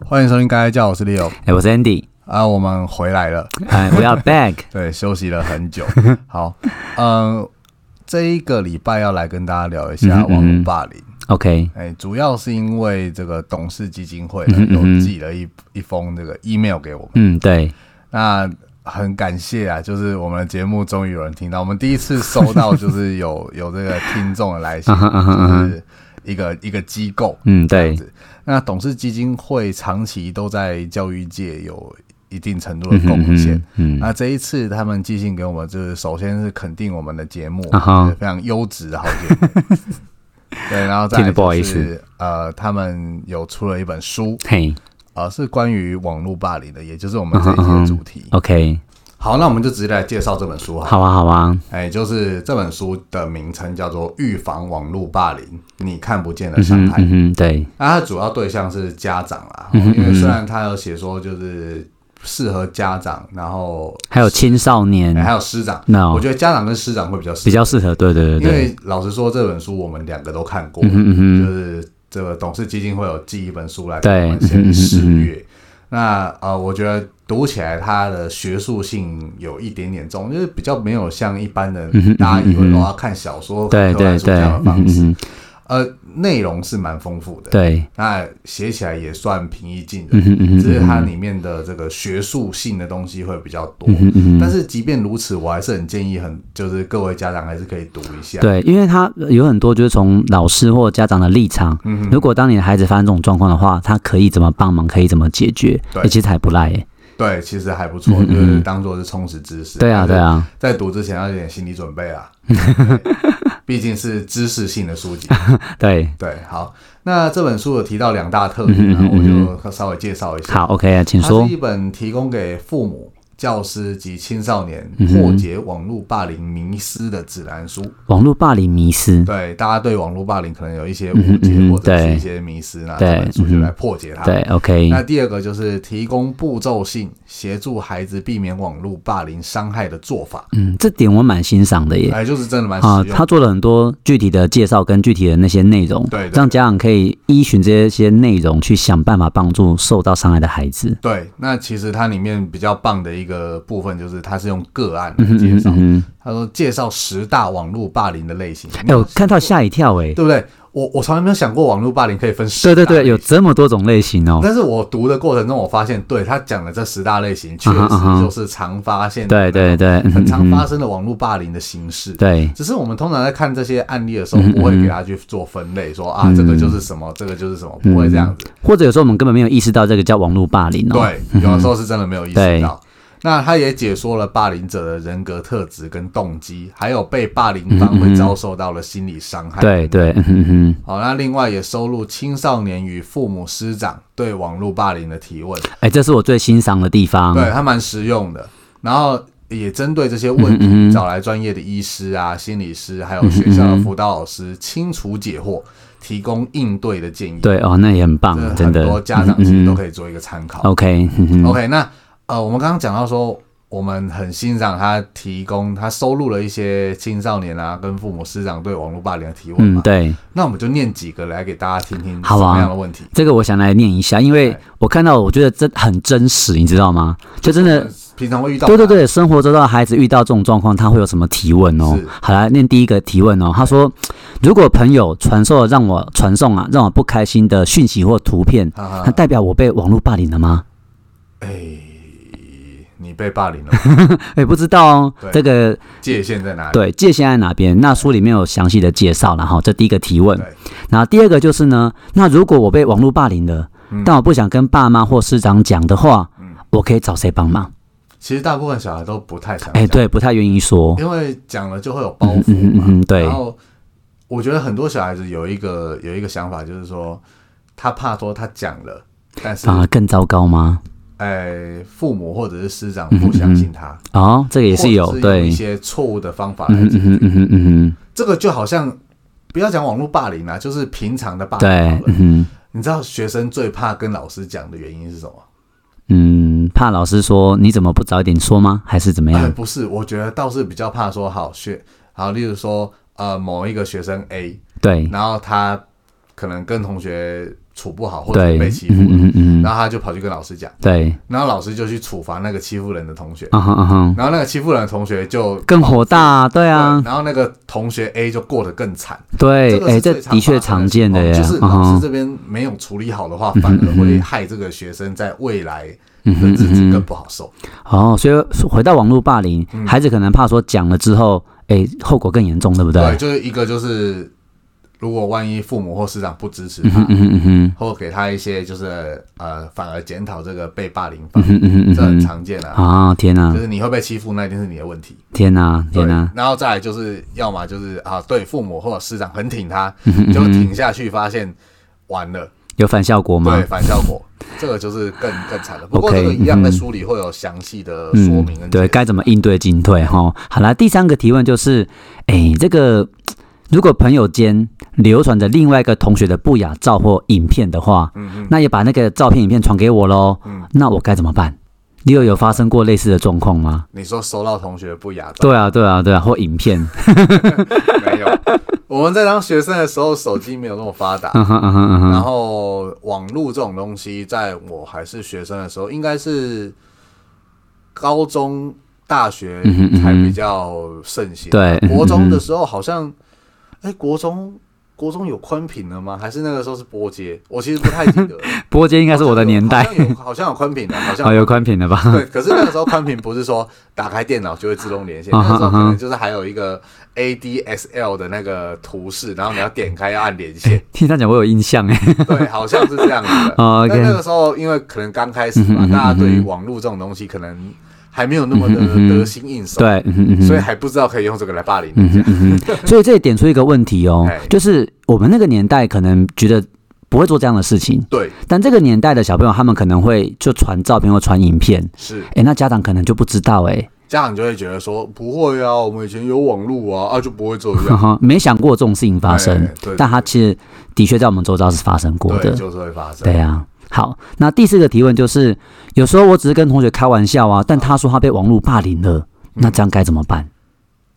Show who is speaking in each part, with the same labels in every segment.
Speaker 1: 欢迎收听《该叫我是 Leo》
Speaker 2: 哎、我 是 Andy，
Speaker 1: 啊，我们回来了，
Speaker 2: 哎、w e are back，
Speaker 1: 对，休息了很 久。好，嗯，这一个礼拜要来跟大家聊一下
Speaker 2: 嗯哼
Speaker 1: 网
Speaker 2: 嗯
Speaker 1: 络
Speaker 2: 哼
Speaker 1: 霸凌。
Speaker 2: OK，
Speaker 1: 哎、主要是因为这个董事基金会
Speaker 2: 嗯
Speaker 1: 呢
Speaker 2: 哼嗯
Speaker 1: 有
Speaker 2: 哼
Speaker 1: 寄了一一封这个 email 给我们，
Speaker 2: 嗯，对，
Speaker 1: 那很感谢啊，就是我们的节目终于有人听到，我们第一次收到就是有有这个听众的来 信，
Speaker 2: 嗯哼嗯哼嗯
Speaker 1: 就
Speaker 2: 哼
Speaker 1: 是一个一个机构。
Speaker 2: 嗯，
Speaker 1: 这样
Speaker 2: 对，
Speaker 1: 子那董事基金会长期都在教育界有一定程度的
Speaker 2: 嗯
Speaker 1: 贡献。
Speaker 2: 嗯
Speaker 1: 那这一次他们寄信给我们，就是首先是肯定我们的节目，
Speaker 2: 啊哈
Speaker 1: 就是非常优质的好节目。 对，然后再
Speaker 2: 听
Speaker 1: 来
Speaker 2: 得不好
Speaker 1: 就
Speaker 2: 意
Speaker 1: 是
Speaker 2: 思
Speaker 1: 呃，他们有出了一本书，
Speaker 2: 嘿
Speaker 1: 呃，是关于网络霸凌的，也就是我们这
Speaker 2: 啊
Speaker 1: 一期的主题。
Speaker 2: ，OK，
Speaker 1: 好，那我们就直接来介绍这本书哈。
Speaker 2: 好啊，好啊，
Speaker 1: 哎，就是这本书的名称叫做《预防网络霸凌：你看不见的伤害》。
Speaker 2: 嗯哼，对，
Speaker 1: 那它主要对象是家长啦，
Speaker 2: 嗯哼
Speaker 1: 因为虽然它有写说就是适合家长，然后
Speaker 2: 还有青少年
Speaker 1: 哎还有师长，
Speaker 2: ，no，
Speaker 1: 我觉得家长跟师长会比较适
Speaker 2: 哦比
Speaker 1: 合，
Speaker 2: 较适合，对对对
Speaker 1: 因
Speaker 2: 对，
Speaker 1: 为老实说这本书我们两个都看过，
Speaker 2: 嗯哼嗯哼，
Speaker 1: 就是这个董事基金会有寄一本书来给
Speaker 2: 对
Speaker 1: 我们
Speaker 2: 嗯
Speaker 1: 先
Speaker 2: 嗯
Speaker 1: 试
Speaker 2: 嗯嗯
Speaker 1: 阅。那呃，我觉得读起来它的学术性有一点点重，就是比较没有像一般的
Speaker 2: 嗯哼
Speaker 1: 大家以为
Speaker 2: 嗯哼
Speaker 1: 我
Speaker 2: 嗯
Speaker 1: 要看小说、
Speaker 2: 对
Speaker 1: 看科
Speaker 2: 对
Speaker 1: 幻书
Speaker 2: 对，
Speaker 1: 这样的
Speaker 2: 嗯
Speaker 1: 方
Speaker 2: 哼
Speaker 1: 式。
Speaker 2: 嗯哼，
Speaker 1: 呃，内容是蛮丰富的，
Speaker 2: 对，
Speaker 1: 那写起来也算平易近
Speaker 2: 嗯
Speaker 1: 人，
Speaker 2: 哼嗯哼，
Speaker 1: 只是
Speaker 2: 嗯
Speaker 1: 它
Speaker 2: 哼
Speaker 1: 里面的这个学术性的东西会比较多。
Speaker 2: 嗯哼嗯哼，
Speaker 1: 但是即便如此，我还是很建议很就是各位家长还是可以读一下。
Speaker 2: 对，因为他有很多就是从老师或家长的立场，
Speaker 1: 嗯
Speaker 2: 如果当你的孩子发生这种状况的话，他可以怎么帮忙，可以怎么解决，
Speaker 1: 对
Speaker 2: 欸其实还不赖耶。
Speaker 1: 对，其实还不错，
Speaker 2: 嗯
Speaker 1: 就
Speaker 2: 嗯
Speaker 1: 是
Speaker 2: 嗯
Speaker 1: 当做是充实知识。
Speaker 2: 对啊，
Speaker 1: 但是
Speaker 2: 对啊，
Speaker 1: 在读之前要有点心理准备 啊，对毕竟是知识性的书籍。
Speaker 2: 对，
Speaker 1: 对，好，那这本书有提到两大特点、啊
Speaker 2: 嗯，嗯嗯
Speaker 1: 我就稍微介绍一下。
Speaker 2: 好，OK，啊，请
Speaker 1: 它
Speaker 2: 说
Speaker 1: 是一。本提供给父母、教师及青少年
Speaker 2: 嗯哼
Speaker 1: 破解网络霸凌迷思的指南书。
Speaker 2: 网络霸凌迷失，
Speaker 1: 对，大家对网络霸凌可能有一些
Speaker 2: 嗯
Speaker 1: 误
Speaker 2: 哼
Speaker 1: 解
Speaker 2: 嗯哼
Speaker 1: 或者是
Speaker 2: 对
Speaker 1: 一些迷思，那这
Speaker 2: 对
Speaker 1: 本书就
Speaker 2: 嗯哼
Speaker 1: 来破解它。
Speaker 2: 对，OK，嗯
Speaker 1: 那第二个就是提供步骤性协助孩子避免网络霸凌伤害的做法，
Speaker 2: 嗯，这点我蛮欣赏的耶。
Speaker 1: 哎，就是真的蛮
Speaker 2: 啊，
Speaker 1: 实用
Speaker 2: 他
Speaker 1: 的。
Speaker 2: 做了很多具体的介绍跟具体的那些内容，
Speaker 1: 对对
Speaker 2: 让家长可以依循这些内容去想办法帮助受到伤害的孩子。
Speaker 1: 对，那其实它里面比较棒的一个部分就是，它是用个案来
Speaker 2: 嗯哼
Speaker 1: 介
Speaker 2: 嗯
Speaker 1: 绍
Speaker 2: 哼。嗯
Speaker 1: 他说介绍十大网络霸凌的类型，
Speaker 2: 哼，哎，我看到吓一跳，哎，
Speaker 1: 对不对？我我从来没有想过网络霸凌可以分十
Speaker 2: 对
Speaker 1: 大
Speaker 2: 对对，有
Speaker 1: 类型。
Speaker 2: 这么多种类型哦。
Speaker 1: 但是我读的过程中，我发现，对他讲的这十大类型，确
Speaker 2: 啊哈啊
Speaker 1: 实
Speaker 2: 哈
Speaker 1: 就是常发现的
Speaker 2: 对对对，嗯
Speaker 1: 很
Speaker 2: 哼
Speaker 1: 常
Speaker 2: 嗯哼
Speaker 1: 发生的网络霸凌的形式。
Speaker 2: 对，
Speaker 1: 只是我们通常在看这些案例的时候
Speaker 2: 嗯，嗯
Speaker 1: 不会给他去做分类，说啊，
Speaker 2: 嗯
Speaker 1: 这个就是什么，这个就是什么，不会这样子。
Speaker 2: 或者有时候我们根本没有意识到这个叫网络霸凌哦。，
Speaker 1: 对，有的时候是真的没有意识
Speaker 2: 对
Speaker 1: 到。那他也解说了霸凌者的人格特质跟动机，还有被霸凌
Speaker 2: 嗯
Speaker 1: 方会遭受到的心理伤害。
Speaker 2: 对对，嗯哼嗯
Speaker 1: 好，那另外也收录青少年与父母师长对网络霸凌的提问，
Speaker 2: 哼，哎，这是我最欣赏的地方。
Speaker 1: 对，它蛮实用的。然后也针对这些问题，
Speaker 2: 嗯嗯嗯
Speaker 1: 找来专业的医师啊、心理师，还有学校的辅导老师，清除解惑，提供应对的建议。，
Speaker 2: 对哦，那也很棒，
Speaker 1: 很
Speaker 2: 真的。嗯
Speaker 1: 多家长其实都可以做一个参考。
Speaker 2: OK，嗯哼
Speaker 1: OK，那呃，我们刚刚讲到说，我们很欣赏他提供，他收录了一些青少年啊跟父母师长对网络霸凌的提问嘛。
Speaker 2: 嗯，对。
Speaker 1: 那我们就念几个来给大家听听什
Speaker 2: 好啊
Speaker 1: 么样的问题。
Speaker 2: 这个我想来念一下，因为
Speaker 1: 哎
Speaker 2: 我看到，我觉得真很真实，你知道吗？就真的，
Speaker 1: 平常会遇到，
Speaker 2: 对对，对，生活中的孩子遇到这种状况，他会有什么提问哦
Speaker 1: 是？
Speaker 2: 好来念第一个提问哦，他说，如果朋友传授了让我传送啊让我不开心的讯息或图片，
Speaker 1: 哈
Speaker 2: 那
Speaker 1: 哈，
Speaker 2: 代表我被网络霸凌了吗？
Speaker 1: 哎，你被霸 凌了，
Speaker 2: 哎，不知道哦
Speaker 1: 对，哎
Speaker 2: 这个
Speaker 1: 界限在哪里？
Speaker 2: 对界限在哪边？那书里面有详细的介绍了哈，这第一个提问
Speaker 1: 对。
Speaker 2: 那第二个就是呢，那如果我被网络霸凌了，
Speaker 1: 嗯
Speaker 2: 但我不想跟爸妈或师长讲的话，
Speaker 1: 嗯
Speaker 2: 我可以找谁帮忙？
Speaker 1: 其实大部分小孩都不太想，
Speaker 2: 哎、，对，不太愿意说。
Speaker 1: 因为讲了就会有包袱
Speaker 2: 嗯
Speaker 1: 嘛。
Speaker 2: 嗯，对
Speaker 1: 然，后我觉得很多小孩子有一个有一个想法，就是说他怕说他讲了，但是
Speaker 2: 反而啊更糟糕吗？
Speaker 1: 哎，父母或者是师
Speaker 2: 嗯
Speaker 1: 长不相信他，
Speaker 2: 哦，这个也是有
Speaker 1: 或者有
Speaker 2: 对
Speaker 1: 一，些错误的方法来
Speaker 2: 嗯
Speaker 1: 解
Speaker 2: 嗯
Speaker 1: 决
Speaker 2: 嗯。嗯嗯
Speaker 1: 这个就好像不要讲网络霸凌啦、就是平常的霸
Speaker 2: 嗯，
Speaker 1: 凌啊好
Speaker 2: 对
Speaker 1: 了，。
Speaker 2: 嗯
Speaker 1: 你知道学生最怕跟老师讲的原因是什么？
Speaker 2: 嗯，怕老师说你怎么不早一点说吗？还是怎么
Speaker 1: 呃
Speaker 2: 样？
Speaker 1: 不是，我觉得倒是比较怕说好学，好，例如说呃某一个学生 A，
Speaker 2: 对，
Speaker 1: 然后他可能跟同学处不好或者
Speaker 2: 对，
Speaker 1: 是被
Speaker 2: 嗯
Speaker 1: 欺负
Speaker 2: 嗯
Speaker 1: 了，
Speaker 2: 嗯嗯，嗯
Speaker 1: 然后他就跑去跟老师讲，
Speaker 2: 对，
Speaker 1: 然后老师就去处罚那个欺负人的同学，
Speaker 2: 啊哈啊哈，
Speaker 1: 然后那个欺负人的同学就
Speaker 2: 更火大啊，对啊
Speaker 1: 对，然后那个同学 A 就过得更惨，
Speaker 2: 对
Speaker 1: 这，个
Speaker 2: 哎，
Speaker 1: 是
Speaker 2: 这
Speaker 1: 最常
Speaker 2: 的确
Speaker 1: 发生
Speaker 2: 常见的耶，
Speaker 1: 哦就是
Speaker 2: 啊
Speaker 1: 老
Speaker 2: 哈
Speaker 1: 师这边没有处理好的话，
Speaker 2: 嗯哼
Speaker 1: 反而
Speaker 2: 嗯
Speaker 1: 会
Speaker 2: 哼
Speaker 1: 害这个学生在未来
Speaker 2: 嗯
Speaker 1: 的
Speaker 2: 哼
Speaker 1: 日子
Speaker 2: 嗯
Speaker 1: 更嗯
Speaker 2: 哼，
Speaker 1: 不好受。
Speaker 2: 哦，所以回到网络霸凌，孩子可能怕说讲了之后，哎，后果更严重，对不对？
Speaker 1: 对，就是一个就是，如果万一父母或师长不支持
Speaker 2: 嗯
Speaker 1: 他，
Speaker 2: 嗯嗯嗯
Speaker 1: 或给他一些就是呃，反而检讨这个被霸凌
Speaker 2: 嗯
Speaker 1: 犯，
Speaker 2: 嗯嗯嗯
Speaker 1: 这很
Speaker 2: 嗯，
Speaker 1: 常见啊。
Speaker 2: 啊，天哪
Speaker 1: 就，是你会被欺负，那一定是你的问题。
Speaker 2: 天哪，
Speaker 1: 对
Speaker 2: 天啊哪，，
Speaker 1: 然后再来就是，要么就是啊，对父母或者师长很挺他，
Speaker 2: 嗯哼嗯
Speaker 1: 就
Speaker 2: 哼
Speaker 1: 挺下去，发现完了。
Speaker 2: 有反效果吗
Speaker 1: 对？反效果，这个就是更更惨 了。不过
Speaker 2: OK，
Speaker 1: 这个一样在
Speaker 2: 嗯
Speaker 1: 书里会有详细的说明跟啊解
Speaker 2: 对，
Speaker 1: 释
Speaker 2: 该怎么应对进退哈。好啦，第三个提问就是，哎，这个如果朋友间流传着另外一个同学的不雅照或影片的话，
Speaker 1: 嗯嗯，
Speaker 2: 那也把那个照片、影片传给我喽，
Speaker 1: 嗯
Speaker 2: 那我该怎么办？你有有发生过类似的状况吗？
Speaker 1: 你说收到同学不雅
Speaker 2: 对啊，对啊，对啊，或影片，
Speaker 1: 没有？我们在当学生的时候，手机没有那么发达，
Speaker 2: 嗯哼嗯哼嗯
Speaker 1: 然
Speaker 2: 哼，
Speaker 1: 后网络这种东西，在我还是学生的时候，应该是高中、大学
Speaker 2: 嗯哼嗯哼
Speaker 1: 才比较盛行。啊
Speaker 2: 对嗯哼
Speaker 1: 国中
Speaker 2: 嗯
Speaker 1: 的
Speaker 2: 哼
Speaker 1: 时候好像，哎，国中。国中有宽屏了吗？还是那个时候是波接？我其实不太记 得了，
Speaker 2: 波街应该是我的年代，
Speaker 1: 好像有好像有宽屏的，好像
Speaker 2: 哦，有宽屏的吧？
Speaker 1: 对，可是那个时候宽屏不是说打开电脑就会自动连 线，
Speaker 2: 啊
Speaker 1: 那
Speaker 2: 哈
Speaker 1: 个时候可
Speaker 2: 啊哈，
Speaker 1: 能就是还有一个 ADSL 的那个图示，然后你要点开要按连线
Speaker 2: 听他讲，我有印象哎。
Speaker 1: 对，好像是这样子的。
Speaker 2: 哦
Speaker 1: 但那
Speaker 2: ，OK，
Speaker 1: 个时候因为可能刚开始
Speaker 2: 嗯哼
Speaker 1: 嘛
Speaker 2: 嗯，哼
Speaker 1: 大家对于
Speaker 2: 嗯哼
Speaker 1: 网络这种东西可能还没有那么的
Speaker 2: 嗯哼嗯哼
Speaker 1: 得心应手，
Speaker 2: 对，嗯哼嗯哼
Speaker 1: 所以还不知道可以用这个来霸凌
Speaker 2: 嗯
Speaker 1: 人
Speaker 2: 哼
Speaker 1: 家。
Speaker 2: 嗯哼，所以这也点出一个问题哦
Speaker 1: 哎，
Speaker 2: 就是我们那个年代可能觉得不会做这样的事情，
Speaker 1: 对，
Speaker 2: 但这个年代的小朋友他们可能会就传照片或传影片，
Speaker 1: 是
Speaker 2: 诶，那家长可能就不知道诶，
Speaker 1: 家长就会觉得说不会啊，我们以前有网络啊，啊就不会这
Speaker 2: 哈
Speaker 1: 样。
Speaker 2: 哈， 没想过这种事情发生
Speaker 1: 哎对对，
Speaker 2: 但他其实的确在我们周遭是发生过
Speaker 1: 对，
Speaker 2: 的，
Speaker 1: 就是会发生。
Speaker 2: 对啊。好，那第四个提问就是，有时候我只是跟同学开玩笑啊，但他说他被网络霸凌了，那这样该怎么办？
Speaker 1: 嗯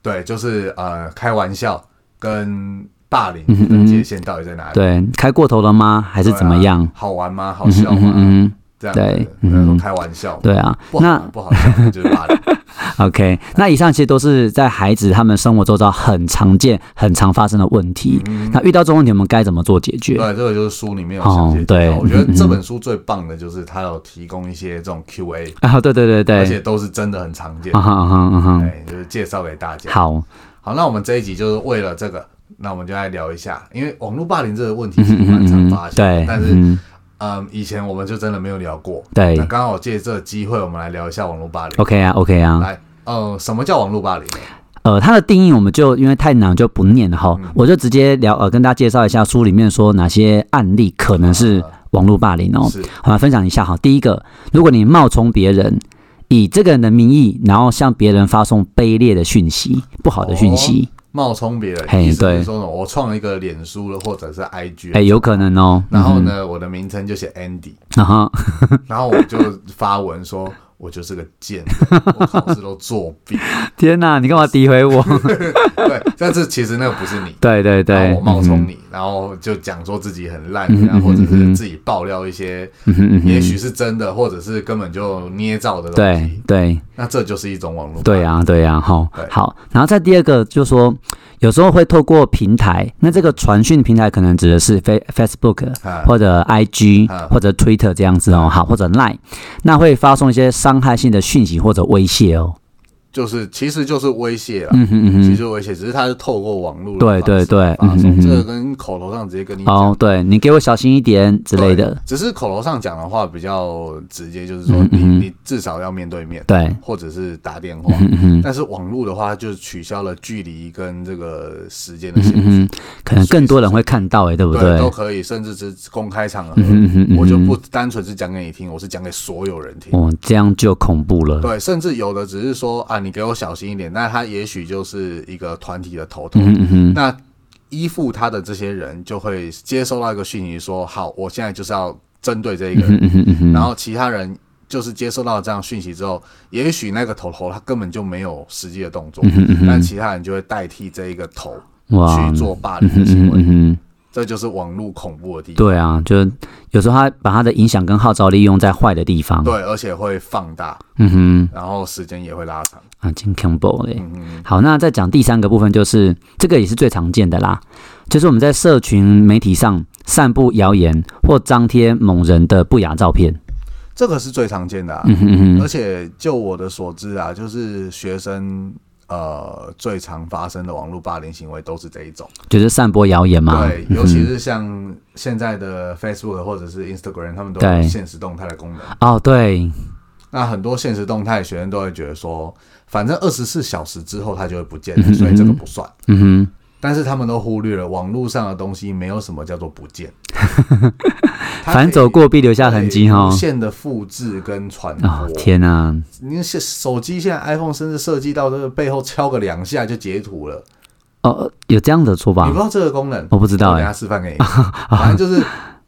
Speaker 1: 对，就是呃，开玩笑跟霸凌
Speaker 2: 嗯哼
Speaker 1: 的界限到底在哪里？
Speaker 2: 对，开过头了吗？还是
Speaker 1: 对啊
Speaker 2: 怎么样？
Speaker 1: 好玩吗？哎好啊
Speaker 2: 嗯哼
Speaker 1: 笑
Speaker 2: 嗯哼
Speaker 1: 吗？
Speaker 2: 嗯
Speaker 1: 这样子
Speaker 2: 对
Speaker 1: 不能
Speaker 2: 嗯
Speaker 1: 说开玩笑
Speaker 2: 哼，，对啊。
Speaker 1: 不好
Speaker 2: 那
Speaker 1: 玩不好笑那就是骂人。
Speaker 2: OK，那以上其实都是在孩子他们生活周遭很常见、很常发生的问题。
Speaker 1: 嗯
Speaker 2: 那遇到这种问题，我们该怎么做解决？
Speaker 1: 对，这个就是书里面有详
Speaker 2: 哦
Speaker 1: 细
Speaker 2: 对
Speaker 1: 介绍。我觉
Speaker 2: 嗯
Speaker 1: 得
Speaker 2: 嗯
Speaker 1: 这本书最棒的就是它有提供一些这种 Q&A，
Speaker 2: 啊，对对对
Speaker 1: 而
Speaker 2: 对，
Speaker 1: 且都是真的很常见
Speaker 2: 啊。哈啊哈啊哈，
Speaker 1: 对，就是介绍给大家。
Speaker 2: 好，
Speaker 1: 好，那我们这一集就是为了这个，那我们就来聊一下，因为网络霸凌这个问
Speaker 2: 嗯
Speaker 1: 题其实蛮常发现的，
Speaker 2: 对，
Speaker 1: 但是
Speaker 2: 嗯，
Speaker 1: 嗯，以前我们就真的没有聊过。
Speaker 2: 对
Speaker 1: 那刚好借这个机会，我们来聊一下网络霸凌。
Speaker 2: ，OK 啊，OK 啊，
Speaker 1: 来，呃，什么叫网络霸凌？
Speaker 2: 呃，它的定义我们就因为太难就不念
Speaker 1: 嗯
Speaker 2: 了哈，我就直接聊呃，跟大家介绍一下书里面说哪些案例可能是
Speaker 1: 啊
Speaker 2: 网络霸凌哦。
Speaker 1: 是
Speaker 2: 好来分享一下哈。第一个，如果你冒充别人，以这个人的名义，然后向别人发送卑劣的讯息、不好的讯息，
Speaker 1: 冒充别人，
Speaker 2: 嘿
Speaker 1: 意思
Speaker 2: 对
Speaker 1: 是说呢，我创了一个脸书了，或者是 IG，
Speaker 2: 哎、有可能哦。嗯啊
Speaker 1: 然后呢，我的名称就写 Andy，
Speaker 2: 然后
Speaker 1: 然后我就发文说，我就是个贱人，我考试都作弊，
Speaker 2: 天哪，你干嘛诋毁 我？
Speaker 1: 对，但是其实那个不是你。
Speaker 2: 对对嗯
Speaker 1: 然
Speaker 2: 对，
Speaker 1: 后我冒充
Speaker 2: 你，
Speaker 1: 你，然后就讲说自己很烂，
Speaker 2: 嗯哼
Speaker 1: 然后或者
Speaker 2: 嗯哼
Speaker 1: 是自己爆料一些，
Speaker 2: 嗯哼嗯哼
Speaker 1: 也许是真的，或者是根本就捏造的东
Speaker 2: 对
Speaker 1: 西。
Speaker 2: 对
Speaker 1: 那这就是一种网络。
Speaker 2: 对
Speaker 1: 啊，
Speaker 2: 啊对啊，好
Speaker 1: 对
Speaker 2: 好。然后再第二个就是说，有时候会透过平台，那这个传讯平台可能指的是 Fa- Facebook
Speaker 1: 啊
Speaker 2: 或者 IG
Speaker 1: 啊
Speaker 2: 或者 Twitter 这样子哦，好，或者 Line，那会发送一些伤害性的讯息或者威胁哦。
Speaker 1: 就是其实就是威胁啦。
Speaker 2: 嗯哼嗯
Speaker 1: 其实
Speaker 2: 哼，
Speaker 1: 就威胁，只是他是透过网络的
Speaker 2: 对
Speaker 1: 方式
Speaker 2: 对对
Speaker 1: 发
Speaker 2: 嗯嗯
Speaker 1: 送，
Speaker 2: 嗯
Speaker 1: 这个跟口头上直接跟你讲
Speaker 2: 哦，对你给我小心一点之类的，，
Speaker 1: 只是口头上讲的话比较直接，就是说
Speaker 2: 嗯
Speaker 1: 你
Speaker 2: 嗯嗯
Speaker 1: 你至少要面对面，
Speaker 2: 对，
Speaker 1: 或者是打电话。
Speaker 2: 嗯哼。
Speaker 1: 但是网络的话，就是取消了距离跟这个时间的限制，
Speaker 2: 嗯哼，可能更多人会看到哎、欸，对不
Speaker 1: 对，
Speaker 2: 对？
Speaker 1: 都可以，甚至是公开场合
Speaker 2: 嗯，哼嗯哼嗯哼
Speaker 1: 我就不单纯是讲给你听，我是讲给所有人听。
Speaker 2: 哦，这样就恐怖了。
Speaker 1: 对，甚至有的只是说啊，你给我小心一点，那他也许就是一个团体的头头，
Speaker 2: 嗯哼嗯哼，
Speaker 1: 那依附他的这些人就会接收到一个讯息说，好，我现在就是要针对这一个人，
Speaker 2: 嗯哼嗯哼嗯哼，
Speaker 1: 然后其他人就是接收到这样讯息之后，也许那个头头他根本就没有实际的动作，
Speaker 2: 嗯哼嗯哼
Speaker 1: 但其他人就会代替这一个头
Speaker 2: 哇，
Speaker 1: 去做霸凌的行
Speaker 2: 嗯
Speaker 1: 为。
Speaker 2: 哼，
Speaker 1: 这就是网络恐怖的地方。
Speaker 2: 对啊，就是有时候他把他的影响跟号召力用在坏的地方。
Speaker 1: 对，而且会放大，
Speaker 2: 嗯哼，
Speaker 1: 然后时间也会拉长。
Speaker 2: 啊，金 combo 嘞。
Speaker 1: 嗯嗯，
Speaker 2: 好，那再讲第三个部分，就是这个也是最常见的啦，就是我们在社群媒体上散布谣言或张贴某人的不雅照片。
Speaker 1: 这个是最常见的、啊。
Speaker 2: 嗯哼嗯
Speaker 1: 而
Speaker 2: 哼，
Speaker 1: 且就我的所知啊，就是学生呃最常发生的网络霸凌行为都是这一种。
Speaker 2: 就是散播谣言嘛。嗯
Speaker 1: 对，尤其是像现在的 Facebook 或者是 Instagram，他们都有
Speaker 2: 对
Speaker 1: 现实动态的功能。
Speaker 2: 哦，对，
Speaker 1: 那很多现实动态学生都会觉得说，反正二十四小时之后它就会不见
Speaker 2: 嗯哼
Speaker 1: 了，所以这个
Speaker 2: 嗯哼
Speaker 1: 不算。
Speaker 2: 嗯
Speaker 1: 但是他们都忽略了网络上的东西没有什么叫做不 见，
Speaker 2: 哼，反走过必留下痕迹哈
Speaker 1: 无。限的复制跟传播。
Speaker 2: 哦，天啊，
Speaker 1: 你现手机现在 iPhone 甚至设计到这个背后敲个两下就截图了，
Speaker 2: 哦，有这样的做
Speaker 1: 你
Speaker 2: 法
Speaker 1: 不知，道这个功能？
Speaker 2: 我不知道
Speaker 1: 我
Speaker 2: 哎、
Speaker 1: 等下示范给你。反正就是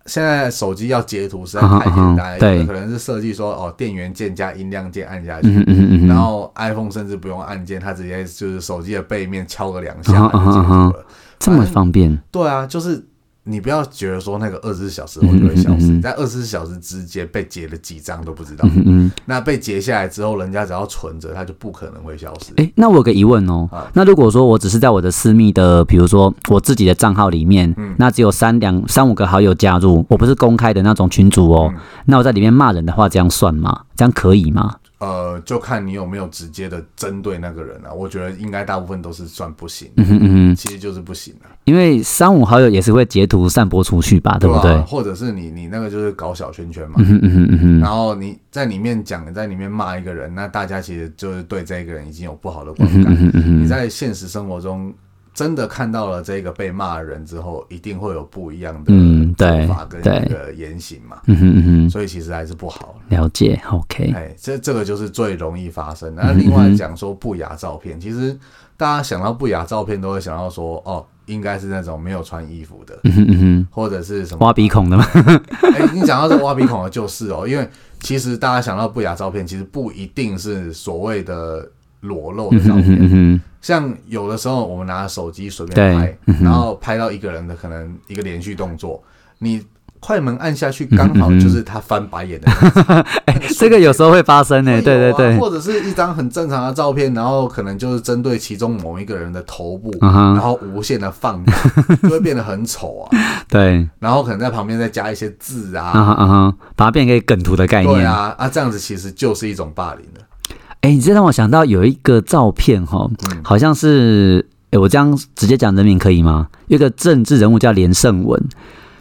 Speaker 1: 现在手机要截图实在太简单了，
Speaker 2: 嗯嗯嗯
Speaker 1: 有
Speaker 2: 对
Speaker 1: 的可能是设计说哦电源键加音量键按下去，
Speaker 2: 嗯哼嗯哼嗯哼，
Speaker 1: 然后 iPhone 甚至不用按键，它直接就是手机的背面敲个两下
Speaker 2: 嗯哼
Speaker 1: 它就截
Speaker 2: 嗯哼
Speaker 1: 图了。
Speaker 2: 这么方便，
Speaker 1: 对啊，就是你不要觉得说那个二十四小时后就会消失，
Speaker 2: 嗯嗯嗯嗯
Speaker 1: 你在二十四小时之间被截了几张都不知道
Speaker 2: 嗯。哼嗯。
Speaker 1: 那被截下来之后，人家只要存着，它就不可能会消失。
Speaker 2: 哎，那我有个疑问哦
Speaker 1: 啊。
Speaker 2: 那如果说我只是在我的私密的，比如说我自己的账号里面，
Speaker 1: 嗯
Speaker 2: 那只有三两三五个好友加入，我不是公开的那种群组
Speaker 1: 嗯
Speaker 2: 哦。那我在里面骂人的话，这样算吗？这样可以吗？
Speaker 1: 呃，就看你有没有直接的针对那个人啊。我觉得应该大部分都是算不行的，
Speaker 2: 嗯哼嗯哼，
Speaker 1: 其实就是不行啊，
Speaker 2: 因为三五好友也是会截图散播出去吧，对不
Speaker 1: 吧、
Speaker 2: 对？
Speaker 1: 或者是你你那个就是搞小圈圈嘛。
Speaker 2: 嗯哼嗯哼嗯哼。
Speaker 1: 然后你在里面讲，在里面骂一个人，那大家其实就是对这个人已经有不好的观
Speaker 2: 嗯
Speaker 1: 感。
Speaker 2: 哼嗯哼
Speaker 1: 你在现实生活中真的看到了这个被骂的人之后，一定会有不一样的
Speaker 2: 嗯对
Speaker 1: 做法跟
Speaker 2: 对
Speaker 1: 那个言行嘛，
Speaker 2: 嗯哼嗯哼，
Speaker 1: 所以其实还是不好。
Speaker 2: 了解，OK，
Speaker 1: 哎，这这个就是最容易发
Speaker 2: 嗯
Speaker 1: 生的。那另外讲说不雅照片，其实大家想到不雅照片都会想到说，哦，应该是那种没有穿衣服的，
Speaker 2: 嗯哼嗯哼，
Speaker 1: 或者是什么
Speaker 2: 挖鼻孔的嘛，
Speaker 1: 哎、你讲到这个挖鼻孔的就是哦，因为其实大家想到不雅照片，其实不一定是所谓的裸露的
Speaker 2: 嗯
Speaker 1: 照
Speaker 2: 哼嗯
Speaker 1: 片。
Speaker 2: 哼 嗯
Speaker 1: 像有的时候我们拿手机随便拍
Speaker 2: 对，嗯哼
Speaker 1: 然后拍到一个人的可能一个连续动作，你快门按下去，
Speaker 2: 嗯
Speaker 1: 刚好就是他翻白眼的那个
Speaker 2: 哼，哎这个有时候会发生呢、
Speaker 1: 会有啊
Speaker 2: 哎对对对，
Speaker 1: 或者是一张很正常的照片，然后可能就是针对其中某一个人的头部，
Speaker 2: 嗯哼
Speaker 1: 然后无限的放大，就会变得很丑啊。
Speaker 2: 对，
Speaker 1: 然后可能在旁边再加一些字啊，
Speaker 2: 啊哈啊哈，把它变成一个梗图的概
Speaker 1: 对
Speaker 2: 念。
Speaker 1: 啊，啊，这样子其实就是一种霸凌了。
Speaker 2: 哎、你这让我想到有一个照片哈，
Speaker 1: 嗯
Speaker 2: 好像是，哎、我这样直接讲人名可以吗？有一个政治人物叫连胜文，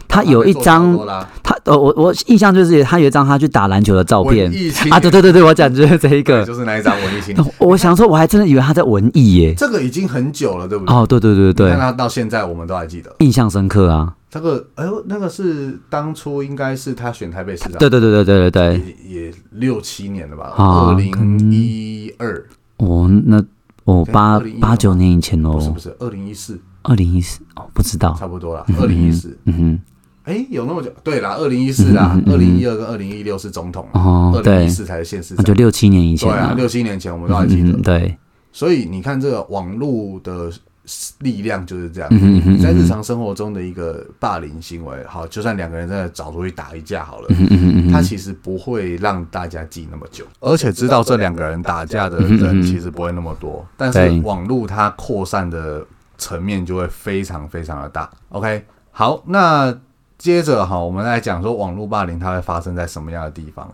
Speaker 2: 他有一
Speaker 1: 啊他被
Speaker 2: 张
Speaker 1: 做，差不
Speaker 2: 他呃，我我印象就是他有一张他去打篮球的照
Speaker 1: 多啦文
Speaker 2: 片
Speaker 1: 艺青
Speaker 2: 啊，对对对对，我讲就是这一
Speaker 1: 对，
Speaker 2: 个。
Speaker 1: 就是那一张文艺青
Speaker 2: 那
Speaker 1: 年，
Speaker 2: 我想说，我还真的以为他在文艺耶。
Speaker 1: 这个已经很久了，对不嗯对？啊
Speaker 2: 哦，对对对对
Speaker 1: 看
Speaker 2: 对，
Speaker 1: 他到现在我们都还记得。
Speaker 2: 印象深刻啊。
Speaker 1: 这个，哎呦，那个是当初应该是啊他选台北市长，
Speaker 2: 对对对对对对对，
Speaker 1: 也也六七年了吧，
Speaker 2: 啊
Speaker 1: 二零一二
Speaker 2: 哦，那哦
Speaker 1: 对
Speaker 2: 八
Speaker 1: 2016
Speaker 2: 八九年以前
Speaker 1: 不是
Speaker 2: 哦
Speaker 1: 不，是二零一四，
Speaker 2: 二零一四哦，不知道
Speaker 1: 差。不多啦，二零一四，
Speaker 2: 嗯
Speaker 1: 哎，有那么久？对啦，二零一四啦
Speaker 2: 嗯，
Speaker 1: 二零一二跟二零一六是总统啊
Speaker 2: 哼，，哦
Speaker 1: 二，零
Speaker 2: 对
Speaker 1: 一，四才是县市
Speaker 2: 那就
Speaker 1: 长，
Speaker 2: 六七年以前
Speaker 1: 对啊，
Speaker 2: 了。
Speaker 1: 六七年前我们都还记
Speaker 2: 嗯
Speaker 1: 得
Speaker 2: 嗯，。对，
Speaker 1: 所以你看，这个网络的力量就是这样。
Speaker 2: 嗯哼嗯哼
Speaker 1: 你在日常生活中的一个霸凌行为，好，就算两个人真的找出去打一架好了，
Speaker 2: 嗯嗯嗯
Speaker 1: 他其实不会让大家记那么久，而且知道这两个人打架
Speaker 2: 嗯
Speaker 1: 的人其实不会那么多。但
Speaker 2: 对
Speaker 1: 是网络它扩散的层面就会非常非常的大。OK，好，那接着哈，我们来讲说网络霸凌它会发生在什么样的地方。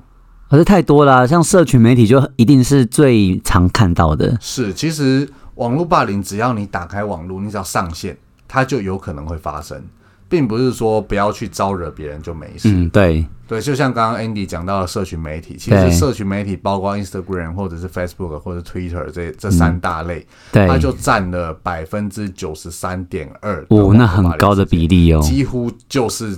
Speaker 2: 可是太多了，像社群媒体就一定是最常看到的。
Speaker 1: 是，其实网络霸凌，只要你打开网络，你只要上线，它就有可能会发生，并不是说不要去招惹别人就没事。
Speaker 2: 嗯，对，
Speaker 1: 对，就像刚刚 Andy 讲到的社群媒体，其
Speaker 2: 对
Speaker 1: 实社群媒体包括 Instagram 或者是 Facebook 或者 Twitter 这这三大类，
Speaker 2: 对，
Speaker 1: 它就占了百分之九十三点二。
Speaker 2: 哦，那很高的比例哦。
Speaker 1: 几乎就是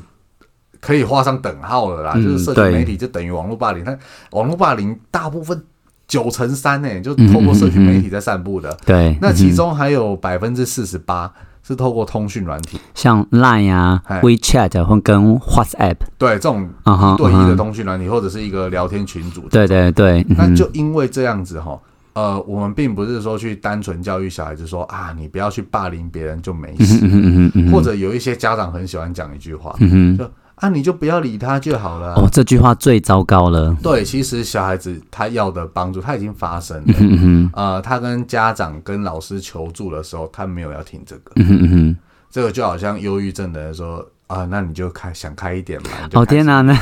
Speaker 1: 可以画上等号了啦。
Speaker 2: 嗯
Speaker 1: 就是社
Speaker 2: 对
Speaker 1: 群媒体就等于网络霸凌，但网络霸凌大部分九成三呢、就
Speaker 2: 嗯
Speaker 1: 透过社群媒体在散布的。
Speaker 2: 对，
Speaker 1: 那其中还有百分之四十八是透过通讯软体，
Speaker 2: 像 Line 啊、
Speaker 1: 嗨
Speaker 2: WeChat 或跟 WhatsApp
Speaker 1: 对这种
Speaker 2: 啊哈，
Speaker 1: 对
Speaker 2: 啊
Speaker 1: 一
Speaker 2: 哈
Speaker 1: 的通讯软体或者是一个聊天群组，
Speaker 2: 对对对，嗯
Speaker 1: 那
Speaker 2: 哼
Speaker 1: 就因为这样子哈，呃，我们并不是说去单纯教育小孩子说啊，你不要去霸凌别人就没
Speaker 2: 嗯
Speaker 1: 事，
Speaker 2: 哼嗯哼嗯哼
Speaker 1: 或者有一些家长很喜欢讲一句话，
Speaker 2: 嗯
Speaker 1: 就啊你就不要理他就好了啊、
Speaker 2: 哼，哦，这句话最糟糕了。
Speaker 1: 对，其实小孩子他要的帮助他已经发生了，
Speaker 2: 嗯哼
Speaker 1: 呃，他跟家长跟老师求助的时候，他没有要听这个，
Speaker 2: 嗯哼嗯哼，
Speaker 1: 这个就好像忧郁症的人说啊、那你就开想开一点嘛，你就
Speaker 2: 哦
Speaker 1: 开
Speaker 2: 天
Speaker 1: 心
Speaker 2: 哪，那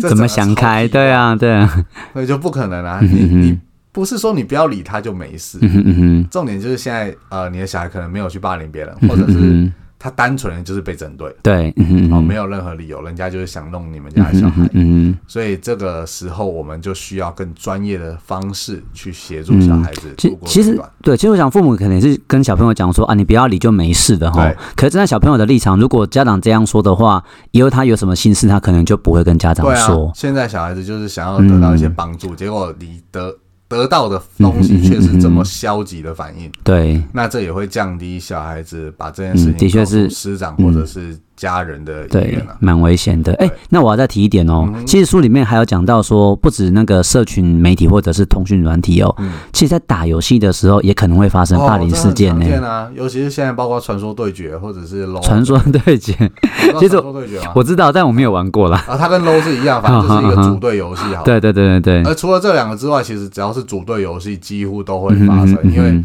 Speaker 1: 这
Speaker 2: 怎么
Speaker 1: 整个
Speaker 2: 想
Speaker 1: 超
Speaker 2: 开？
Speaker 1: 级大
Speaker 2: 对，啊，对啊，
Speaker 1: 那就不可能啊，你
Speaker 2: 嗯哼嗯
Speaker 1: 你
Speaker 2: 哼
Speaker 1: 不是说你不要理他就没事，
Speaker 2: 嗯哼嗯哼，
Speaker 1: 重点就是现在呃，你的小孩可能没有去霸凌别人，
Speaker 2: 嗯
Speaker 1: 或
Speaker 2: 哼
Speaker 1: 者
Speaker 2: 嗯
Speaker 1: 是
Speaker 2: 哼，
Speaker 1: 他单纯的就是被针对，
Speaker 2: 对，嗯哼嗯
Speaker 1: 哦，没
Speaker 2: 哼，
Speaker 1: 有任何理由，人家就是想弄你们
Speaker 2: 嗯
Speaker 1: 家的
Speaker 2: 哼
Speaker 1: 小
Speaker 2: 嗯
Speaker 1: 孩
Speaker 2: 哼，嗯哼，
Speaker 1: 所以这个时候我们就需要更专业的方式去协助小孩子度
Speaker 2: 嗯其
Speaker 1: 过
Speaker 2: 其
Speaker 1: 这
Speaker 2: 实
Speaker 1: 段。
Speaker 2: 对，其实我想父母肯定是跟小朋友讲说啊，你不要理就没事的哈
Speaker 1: 对。
Speaker 2: 可是站在小朋友的立场，如果家长这样说的话，以后他有什么心事，他可能就不会跟家长
Speaker 1: 对
Speaker 2: 说
Speaker 1: 啊，。现在小孩子就是想要得到一些
Speaker 2: 嗯
Speaker 1: 帮助，结果你得得到的东西却是这
Speaker 2: 嗯
Speaker 1: 么消极的反应，
Speaker 2: 对，
Speaker 1: 那这也会降低小孩子把这件事
Speaker 2: 嗯
Speaker 1: 情
Speaker 2: 的确
Speaker 1: 告诉
Speaker 2: 是嗯
Speaker 1: 师长或者是家人的意
Speaker 2: 对
Speaker 1: 愿啊，。
Speaker 2: 蛮危险的。哎、
Speaker 1: 对
Speaker 2: 那我要再提一点哦、
Speaker 1: 嗯
Speaker 2: 其实书里面还有讲到说，不止那个社群媒体或者是通讯软体哦、
Speaker 1: 嗯
Speaker 2: 其实在打游戏的时候也可能会发生
Speaker 1: 哦
Speaker 2: 霸凌
Speaker 1: 这
Speaker 2: 事
Speaker 1: 很
Speaker 2: 件
Speaker 1: 常
Speaker 2: 呢、
Speaker 1: 见啊，尤其是现在包括传说对决或者是 low，
Speaker 2: 传说 对决，其
Speaker 1: 其
Speaker 2: 实
Speaker 1: 传说对决嘛，
Speaker 2: 我知道，但我没有玩过啦。
Speaker 1: 啊，它跟 low 是一样，反正就是一个组队游戏好了。呃
Speaker 2: 对对对对对，
Speaker 1: 而除了这两个之外，其实只要是组队游戏，几乎都会发生，因为
Speaker 2: 嗯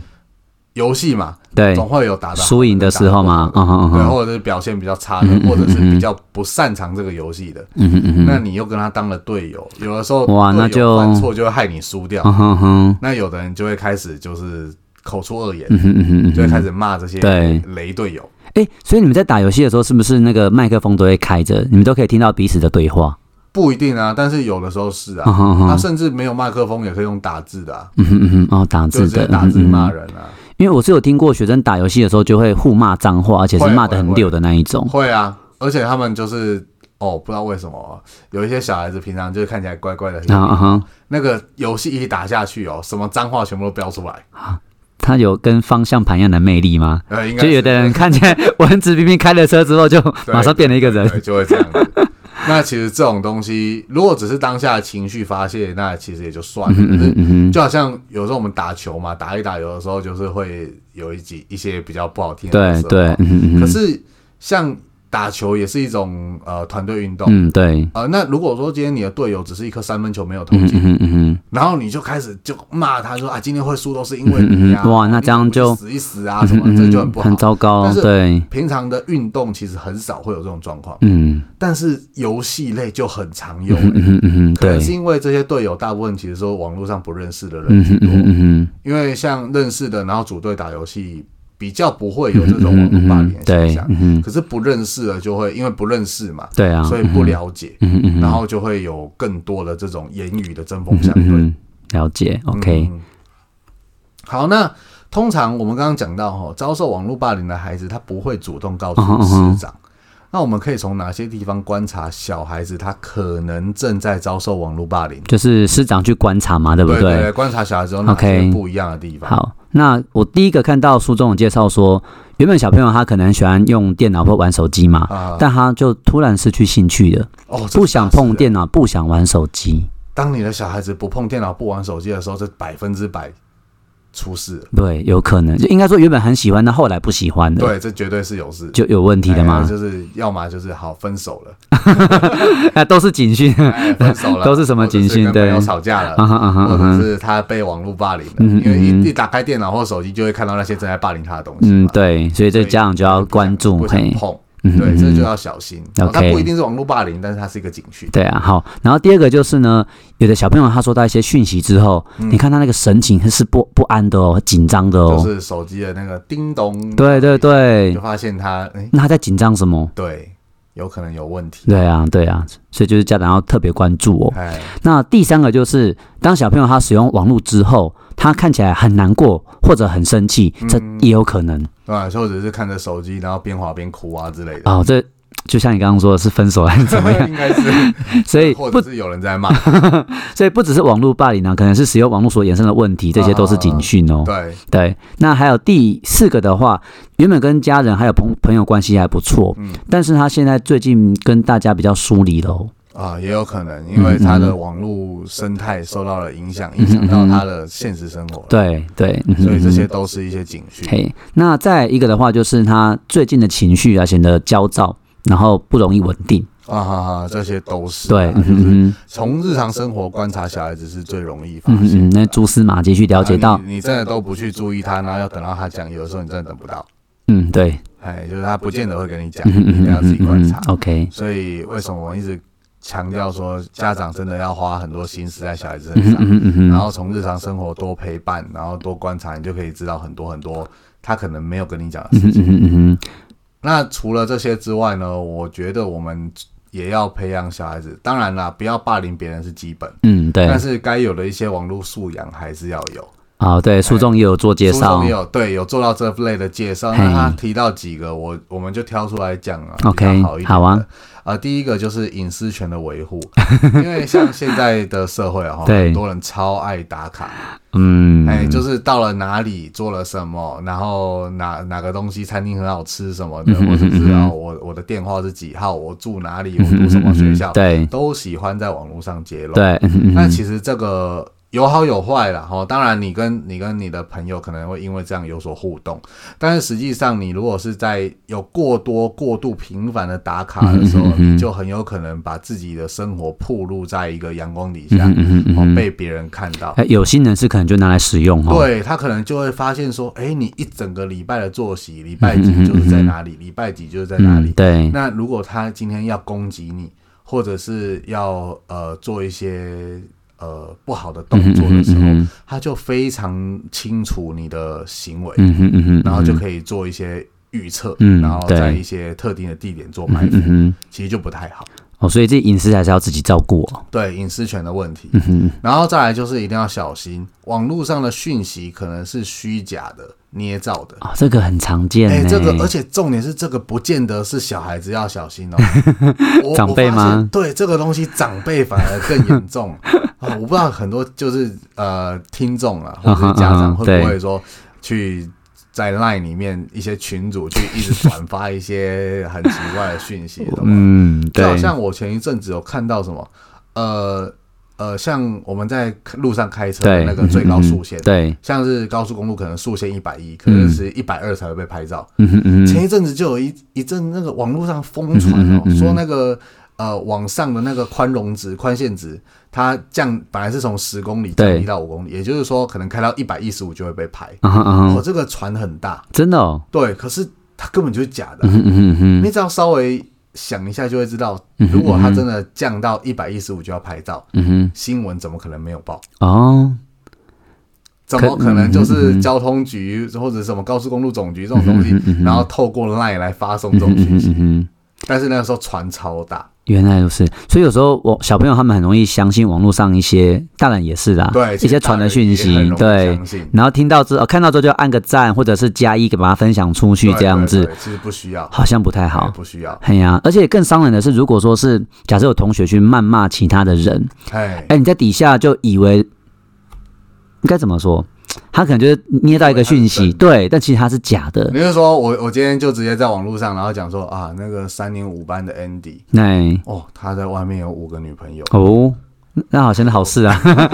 Speaker 1: 游戏嘛，
Speaker 2: 对
Speaker 1: 总会有打打
Speaker 2: 输赢的时候嘛，嗯哼嗯
Speaker 1: 对，
Speaker 2: 哼，
Speaker 1: 或者是表现比较差的
Speaker 2: 嗯，哼
Speaker 1: 或者是
Speaker 2: 嗯
Speaker 1: 比
Speaker 2: 哼
Speaker 1: 较不擅长这个游戏的，
Speaker 2: 嗯哼嗯哼，
Speaker 1: 那你又跟他当了队友，有的时候
Speaker 2: 哇
Speaker 1: 队友
Speaker 2: 那就
Speaker 1: 犯错就会害你输掉
Speaker 2: 嗯，哼哼，
Speaker 1: 那有的人就会开始就是口出恶言，
Speaker 2: 嗯哼嗯哼嗯
Speaker 1: 就会
Speaker 2: 哼
Speaker 1: 开。始骂这些
Speaker 2: 对
Speaker 1: 雷队友。
Speaker 2: 哎、所以你们在打游戏的时候，是不是那个麦克风都会开着，你们都可以听到彼此的对话？
Speaker 1: 不一定啊，但是有的时候是
Speaker 2: 嗯
Speaker 1: 啊，
Speaker 2: 哼
Speaker 1: 他
Speaker 2: 哼，
Speaker 1: 甚至没有麦克风也可以用打字的啊，
Speaker 2: 嗯哼嗯哼，哦，打
Speaker 1: 就
Speaker 2: 字
Speaker 1: 直接
Speaker 2: 的，
Speaker 1: 打字
Speaker 2: 嗯哼嗯哼
Speaker 1: 骂人啊，
Speaker 2: 因为我是有听过学生打游戏的时候就会互骂脏话，而且是骂得很溜的那一种。
Speaker 1: 会啊，而且他们就是哦，不知道为什么哦有一些小孩子平常就是看起来怪怪的，
Speaker 2: 啊啊哈！
Speaker 1: 那个游戏一打下去哦，什么脏话全部都飙出来，
Speaker 2: 他有跟方向盘一样的魅力吗？
Speaker 1: 呃，应该
Speaker 2: 就是有的人看起来文质彬彬，开了车之后就马上变了一个人。
Speaker 1: 对就会这样子。 那其实这种东西，如果只是当下的情绪发泄，那其实也就算
Speaker 2: 嗯
Speaker 1: 了。
Speaker 2: 嗯
Speaker 1: 可
Speaker 2: 嗯
Speaker 1: 是
Speaker 2: 嗯
Speaker 1: 就好像有时候我们打球嘛，打一打，有的时候就是会有一几一些比较不好听
Speaker 2: 嗯，
Speaker 1: 的
Speaker 2: 对
Speaker 1: 时候
Speaker 2: 对，嗯嗯
Speaker 1: 可
Speaker 2: 嗯，
Speaker 1: 是像打球也是一种呃团队运动。
Speaker 2: 嗯对，
Speaker 1: 呃，那如果说今天你的队友只是一颗三分球没有投
Speaker 2: 嗯
Speaker 1: 进，
Speaker 2: 嗯嗯嗯
Speaker 1: 然后你就开始就骂他说啊，今天会输都是因为
Speaker 2: 嗯嗯
Speaker 1: 你
Speaker 2: 嗯
Speaker 1: 啊，
Speaker 2: 哇那
Speaker 1: 你
Speaker 2: 这样就
Speaker 1: 怎么不去死一死啊什
Speaker 2: 嗯
Speaker 1: 么，这
Speaker 2: 嗯
Speaker 1: 就很
Speaker 2: 嗯，
Speaker 1: 不好。
Speaker 2: 很糟糕
Speaker 1: 但，是
Speaker 2: 对，
Speaker 1: 平常的运动其实很少会有这种状况，
Speaker 2: 嗯
Speaker 1: 但是游戏类就很常有、
Speaker 2: 嗯嗯嗯嗯，
Speaker 1: 可
Speaker 2: 对
Speaker 1: 能，是因为这些队友大部分其实说网络上不认识的人
Speaker 2: 嗯
Speaker 1: 居
Speaker 2: 嗯
Speaker 1: 多，
Speaker 2: 嗯嗯
Speaker 1: 因为像认识的，然后组队打游戏比较不会有
Speaker 2: 嗯
Speaker 1: 这种网络霸凌的现
Speaker 2: 对，
Speaker 1: 象。
Speaker 2: 嗯
Speaker 1: 可是不认识的就会因为不认识嘛，
Speaker 2: 对啊，
Speaker 1: 所以不，了解，
Speaker 2: 嗯嗯嗯，
Speaker 1: 然后就会有更多的这种言语的针锋
Speaker 2: 嗯
Speaker 1: 相对。
Speaker 2: 嗯，了解，OK，
Speaker 1: 嗯好，那通常我们刚刚讲到哈，遭受网络霸凌的孩子，他不会主动告诉
Speaker 2: 嗯哼嗯哼
Speaker 1: 师长。那我们可以从哪些地方观察小孩子他可能正在遭受网络霸凌？
Speaker 2: 就是师长去观察嘛，对不
Speaker 1: 对对，观察小孩子有哪些
Speaker 2: OK
Speaker 1: 不一样的地方。
Speaker 2: 好，那我第一个看到书中有介绍说，原本小朋友他可能喜欢用电脑或玩手机嘛，
Speaker 1: 啊，
Speaker 2: 但他就突然失去兴趣了，
Speaker 1: 哦，这是
Speaker 2: 不想
Speaker 1: 大事
Speaker 2: 碰
Speaker 1: 欸。
Speaker 2: 电脑，不想玩手机。
Speaker 1: 当你的小孩子不碰电脑、不玩手机的时候，这百分之百出事了。
Speaker 2: 对，有可能，就应该说原本很喜欢，那后来不喜欢了，
Speaker 1: 对，这绝对是有事。
Speaker 2: 就有问题的
Speaker 1: 哎
Speaker 2: 嘛
Speaker 1: 那。就是要么就是好分手 了，
Speaker 2: 那都是 警讯。
Speaker 1: 哎分手了，
Speaker 2: 都是什么警讯
Speaker 1: 或者是跟朋友
Speaker 2: 对
Speaker 1: 吵架了，
Speaker 2: 啊哈啊哈
Speaker 1: 或者
Speaker 2: 啊哈！
Speaker 1: 是他被网络霸凌了，
Speaker 2: 嗯
Speaker 1: 因为
Speaker 2: 嗯
Speaker 1: 一一打开电脑或手机就会看到那些正在霸凌他的东西嘛。
Speaker 2: 嗯，对，所以这
Speaker 1: 所以
Speaker 2: 家长就要关注，
Speaker 1: 不想
Speaker 2: 嘿，
Speaker 1: 碰，
Speaker 2: 嗯
Speaker 1: 对，
Speaker 2: 嗯
Speaker 1: 这
Speaker 2: 嗯
Speaker 1: 就要小心。哦
Speaker 2: OK
Speaker 1: 它不一定是网络霸凌，但是它是一个警讯。
Speaker 2: 对啊，好。然后第二个就是呢，有的小朋友他收到一些讯息之后，你看他那个神情他是不不安的哦，紧张的
Speaker 1: 嗯就
Speaker 2: 哦。
Speaker 1: 是手机的那个叮咚，
Speaker 2: 对对对
Speaker 1: 你就，发现他，哎，
Speaker 2: 那他在紧张什么？
Speaker 1: 对，有可能有问题。
Speaker 2: 对啊，对啊，所以就是家长要特别关注哦。
Speaker 1: 哎，
Speaker 2: 那第三个就是，当小朋友他使用网络之后，他看起来很难过或者很生气，这
Speaker 1: 嗯
Speaker 2: 也有可能
Speaker 1: 对吧？或者是看着手机，然后边滑边哭啊之 类的，
Speaker 2: 哦。这就像你刚刚说的是分手还 是怎么样，
Speaker 1: 应该 是，
Speaker 2: 所以
Speaker 1: 或
Speaker 2: 哎不哦
Speaker 1: 者，是有人在骂，
Speaker 2: 所以不只是网络霸凌啊，可能是使用网络所衍生的问题，这些都是警讯哦。
Speaker 1: 呃对，
Speaker 2: 对，那还有第四个的话，原本跟
Speaker 1: 嗯
Speaker 2: 家人还有朋朋友关系还不错，但是他现在最近跟大家比较疏离了哦。
Speaker 1: 啊，也有可能因
Speaker 2: 嗯
Speaker 1: 为他的网络生态受到了影响，影响
Speaker 2: 嗯
Speaker 1: 到他的现实生活了，
Speaker 2: 对对，嗯哼
Speaker 1: 所以这
Speaker 2: 嗯哼
Speaker 1: 些都是一些警讯。
Speaker 2: 嘿，那再一个的话，就是他最近的情绪啊显得焦躁，然后不容易稳定。
Speaker 1: 啊哈哈，这些都是
Speaker 2: 对，
Speaker 1: 啊
Speaker 2: 嗯
Speaker 1: 就
Speaker 2: 哼
Speaker 1: 是
Speaker 2: 嗯
Speaker 1: 从日常生活观察小孩子是啊最容易发
Speaker 2: 嗯
Speaker 1: 现
Speaker 2: 嗯，
Speaker 1: 的。
Speaker 2: 那蛛丝马迹去了解
Speaker 1: 啊
Speaker 2: 到，
Speaker 1: 你你真的都不去注意他，然后要等到他讲，有的时候你真的等不到。
Speaker 2: 嗯，对，
Speaker 1: 哎，就是他不见得会跟你讲，
Speaker 2: 嗯哼
Speaker 1: 你一
Speaker 2: 嗯
Speaker 1: 定要自
Speaker 2: 嗯
Speaker 1: 己观
Speaker 2: 嗯
Speaker 1: 察
Speaker 2: 嗯。，OK，
Speaker 1: 所以为什么我一直强调说，家长真的要花很多心思在小孩子
Speaker 2: 嗯
Speaker 1: 身
Speaker 2: 哼
Speaker 1: 上，
Speaker 2: 嗯哼嗯
Speaker 1: 然
Speaker 2: 哼，
Speaker 1: 后从日常生活多陪伴，然后多观察，你就可以知道很多很多他可能没有跟你讲的
Speaker 2: 嗯
Speaker 1: 事
Speaker 2: 哼
Speaker 1: 情。
Speaker 2: 嗯哼嗯哼，
Speaker 1: 那除了这些之外呢，我觉得我们也要培养小孩子，当然啦，不要霸凌别人是基本。
Speaker 2: 嗯，对
Speaker 1: 但，是该有的一些网络素养还是要有。
Speaker 2: 啊，对，书中也有做介
Speaker 1: 书
Speaker 2: 绍
Speaker 1: 中哎也，有对有做到这类的介绍，
Speaker 2: 嘿
Speaker 1: 那他提到几个，我我们就挑出来讲啊
Speaker 2: OK，
Speaker 1: 比较好一点的
Speaker 2: 好啊。
Speaker 1: 呃，第一个就是隐私权的维护，因为像现在的社会啊 哈，
Speaker 2: 对
Speaker 1: 很多人超爱打卡，
Speaker 2: 嗯，
Speaker 1: 哎，就是到了哪里做了什么，然后哪哪个东西餐厅很好吃什么的，
Speaker 2: 嗯哼
Speaker 1: 或者
Speaker 2: 嗯
Speaker 1: 是
Speaker 2: 哼
Speaker 1: 啊，我我的电话是几号，我住哪里，我
Speaker 2: 嗯哼
Speaker 1: 读什么学校
Speaker 2: 嗯哼，对
Speaker 1: 都喜欢在网络上揭露。
Speaker 2: 对，嗯哼嗯
Speaker 1: 那
Speaker 2: 哼
Speaker 1: 其实这个有好有坏啦，哈。当然，你跟你跟你的朋友可能会因为这样有所互动，但是实际上，你如果是在有过多、过度频繁的打卡的时候
Speaker 2: 嗯，哼嗯哼
Speaker 1: 你就很有可能把自己的生活暴露在一个阳光底下，
Speaker 2: 嗯哼嗯哼嗯
Speaker 1: 哦
Speaker 2: 哼，
Speaker 1: 被别人看到。
Speaker 2: 哎有心人士可能就拿来使用哦，
Speaker 1: 对他可能就会发现说，哎，你一整个礼拜的作息，礼拜几就是在哪里，礼拜几就是在哪里
Speaker 2: 嗯，。对，
Speaker 1: 那如果他今天要攻击你，或者是要呃做一些呃不好的动作的时候，
Speaker 2: 嗯
Speaker 1: 他就非常清楚你的行为，
Speaker 2: 嗯哼嗯哼，
Speaker 1: 然后就可以做一些预测，
Speaker 2: 嗯
Speaker 1: 然后在
Speaker 2: 对
Speaker 1: 一些特定的地点做
Speaker 2: 嗯
Speaker 1: 埋
Speaker 2: 哼
Speaker 1: 伏，
Speaker 2: 嗯哼，
Speaker 1: 其实就不太好。
Speaker 2: 哦，所以这隐私还是要自己照顾哦，
Speaker 1: 对隐私权的问题，
Speaker 2: 嗯哼，
Speaker 1: 然后再来就是一定要小心，网络上的讯息可能是虚假的、捏造的，
Speaker 2: 啊，这个很常见欸
Speaker 1: 哎、
Speaker 2: 呢，
Speaker 1: 这个，而且重点是这个不见得是小孩子要小心 哦。我
Speaker 2: 长辈吗
Speaker 1: 我发现对，这个东西长辈反而更严重啊、我不知道很多就是呃听众 啊，或者是家
Speaker 2: 嗯哼嗯
Speaker 1: 长
Speaker 2: 哼
Speaker 1: 会不会说去在 LINE 里面一些群组去一直转发一些很奇怪的讯息，懂吗？
Speaker 2: 嗯，
Speaker 1: 就好
Speaker 2: 对，
Speaker 1: 像我前一阵子有看到什么，呃呃，像我们在路上开车的
Speaker 2: 对
Speaker 1: 那个最高速限
Speaker 2: 嗯嗯嗯，对，
Speaker 1: 像是高速公路可能速限一百一，可能是一百二才会被拍照。
Speaker 2: 嗯哼嗯
Speaker 1: 前
Speaker 2: 哼，
Speaker 1: 一阵子就有一一阵那个网络上疯传哦，
Speaker 2: 嗯嗯嗯嗯
Speaker 1: 说那个呃网上的那个宽容值、宽限值，它降本来是从十公里降
Speaker 2: 对
Speaker 1: 低到五公里，也就是说可能开到一百一十五就会被拍。
Speaker 2: 啊哈啊
Speaker 1: 哦，
Speaker 2: 哈，
Speaker 1: 这个传很大，
Speaker 2: 真的哦，
Speaker 1: 对，可是它根本就是假的
Speaker 2: 嗯。哼嗯哼嗯哼。
Speaker 1: 你只要稍微想一下就会知道，
Speaker 2: 嗯嗯嗯
Speaker 1: 如果它真的降到一百一十五就要拍照，
Speaker 2: 嗯
Speaker 1: 新闻怎么可能没有报？
Speaker 2: 哼，哦，
Speaker 1: 怎么可能
Speaker 2: 嗯
Speaker 1: 就是交通局或者什么高速公路总局这种东西，然后透过 LINE 来发送这种讯息？
Speaker 2: 嗯哼，
Speaker 1: 但是那个时候传超大，
Speaker 2: 原来如此。所以有时候我小朋友他们很容易相信网络上一些，大人也是啦，
Speaker 1: 对，
Speaker 2: 啊一些传的讯
Speaker 1: 其实大人
Speaker 2: 息
Speaker 1: 也，很容易
Speaker 2: 对
Speaker 1: 相。信
Speaker 2: 然后听到之后，哦看到之后就按个赞，或者是加一，把它分享出去，这样，
Speaker 1: 对
Speaker 2: 子
Speaker 1: 对对其实不需要，
Speaker 2: 好像不太好。
Speaker 1: 不需要，
Speaker 2: 哎呀，而且更伤人的是，如果说是假设有同学去谩骂其他的人，
Speaker 1: 哎，
Speaker 2: 哎，你在底下就以为应该怎么说？他可能就是捏到一个讯息，对，但其实他是假的。
Speaker 1: 你就说我我今天就直接在网络上，然后讲说啊，那个三年五班的 Andy，
Speaker 2: 哎，
Speaker 1: 哦，他在外面有五个女朋友，
Speaker 2: 哦，那好像是好事 啊。
Speaker 1: 哎
Speaker 2: 来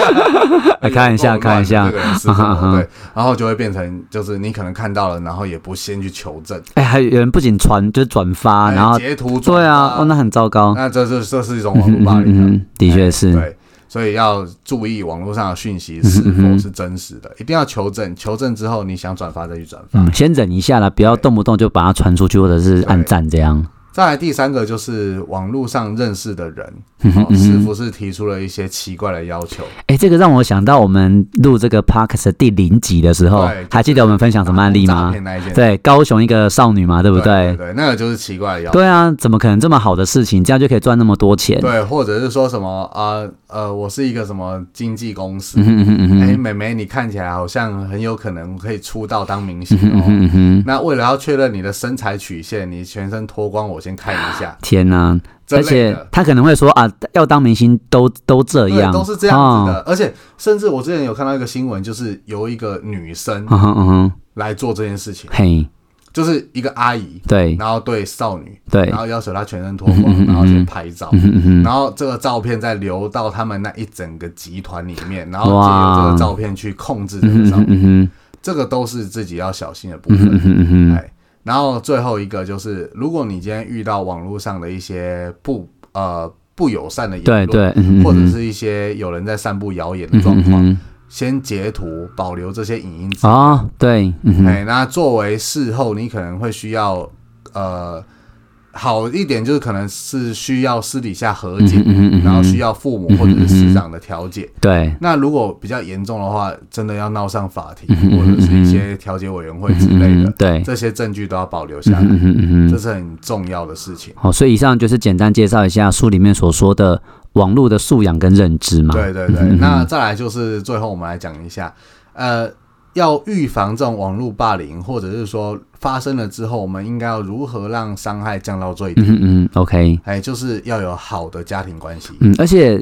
Speaker 2: 哎 看一
Speaker 1: 哦
Speaker 2: 下，看一下
Speaker 1: 这。个人是什 么对，然后就会变成就是你可能看到了，然后也不先去求证，
Speaker 2: 哎，还有人不仅传就是转发，啊然后
Speaker 1: 哎截图转
Speaker 2: 对啊，
Speaker 1: 发
Speaker 2: 哦，那很糟糕。
Speaker 1: 那这是这是一种
Speaker 2: 嗯
Speaker 1: 网
Speaker 2: 哼
Speaker 1: 络
Speaker 2: 嗯
Speaker 1: 霸
Speaker 2: 哼
Speaker 1: 凌啊、
Speaker 2: 嗯哼，的确是。
Speaker 1: 对，所以要注意网络上的讯息是
Speaker 2: 嗯哼
Speaker 1: 否
Speaker 2: 嗯哼
Speaker 1: 是真实的，一定要求证，求证之后你想转发再去转发。
Speaker 2: 嗯，先忍一下啦，不要动不动就把它传出去或者是按赞这样。
Speaker 1: 再来第三个就是网络上认识的人，
Speaker 2: 嗯哼
Speaker 1: 哦
Speaker 2: 嗯哼
Speaker 1: 是不是提出了一些奇怪的要求？
Speaker 2: 哎，这个让我想到我们录这个 podcast 的第零集的时候
Speaker 1: 对就是，
Speaker 2: 还记得我们分享什么案例
Speaker 1: 诈
Speaker 2: 吗
Speaker 1: 骗？那一件，
Speaker 2: 对，高雄一个少女嘛，对不
Speaker 1: 对
Speaker 2: 对？
Speaker 1: 对，那个就是奇怪的要求。
Speaker 2: 对啊，怎么可能这么好的事情，这样就可以赚那么多钱？
Speaker 1: 对，或者是说什么啊呃我是一个什么经纪公司，
Speaker 2: 嗯哼嗯哼嗯
Speaker 1: 哎、
Speaker 2: 哼
Speaker 1: 妹妹，你看起来好像很有可能可以出道当明星
Speaker 2: 嗯
Speaker 1: 哦。
Speaker 2: 哼嗯哼，
Speaker 1: 那为了要确认你的身材曲线，你全身脱光，我先看一下。
Speaker 2: 天哪！
Speaker 1: 这
Speaker 2: 而
Speaker 1: 类
Speaker 2: 且
Speaker 1: 的
Speaker 2: 他可能会说啊，要当明星都都这
Speaker 1: 对，
Speaker 2: 样，
Speaker 1: 都是这样子
Speaker 2: 哦。
Speaker 1: 的。而且，甚至我之
Speaker 2: 啊
Speaker 1: 前有看到一个新闻，就是由一个女生
Speaker 2: 嗯哼嗯哼，
Speaker 1: 来做这件事情。
Speaker 2: 嘿，
Speaker 1: 就是一个阿姨，
Speaker 2: 对
Speaker 1: 然后对少女，
Speaker 2: 对嗯
Speaker 1: 然后要求她全身脱光，然后去拍照，然后这个照片再流到他们那一整个集团里面，然后借由这
Speaker 2: 哇
Speaker 1: 个照片去控制这个少女，
Speaker 2: 嗯
Speaker 1: 这个都是自己要小心的部分。
Speaker 2: 哼嗯哼，
Speaker 1: 哎，然后最后一个就是，如果你今天遇到网络上的一些不呃不友善的言
Speaker 2: 对
Speaker 1: 论，
Speaker 2: 对，嗯哼
Speaker 1: 或者是一些有人在散布谣言的状
Speaker 2: 嗯
Speaker 1: 况，
Speaker 2: 哼，
Speaker 1: 先截图保留这些影音资料，
Speaker 2: 哦，对，嗯哼，
Speaker 1: 哎，那作为事后你可能会需要呃。好一点就是可能是需要私底下和解，
Speaker 2: 嗯哼嗯哼嗯嗯哼
Speaker 1: 然后需要父母或者是师长的调解。
Speaker 2: 对，
Speaker 1: 那如果比较严重的话，真的要闹上法庭，或者是一些调解委员会之类
Speaker 2: 嗯
Speaker 1: 的
Speaker 2: 哼，，对，
Speaker 1: 这些证据都要保留下来。
Speaker 2: 嗯哼嗯哼。
Speaker 1: 这是很重要的事情。
Speaker 2: 好，所以以上就是简单介绍一下书里面所说的网络的素养跟认知嘛。嗯
Speaker 1: 对对对，那再来就是最后我们来讲一下，呃，要预防这种网络霸凌，或者是说发生了之后，我们应该要如何让伤害降到最低？
Speaker 2: 嗯嗯嗯，OK，
Speaker 1: 哎，就是要有好的家庭关系。
Speaker 2: 嗯，而且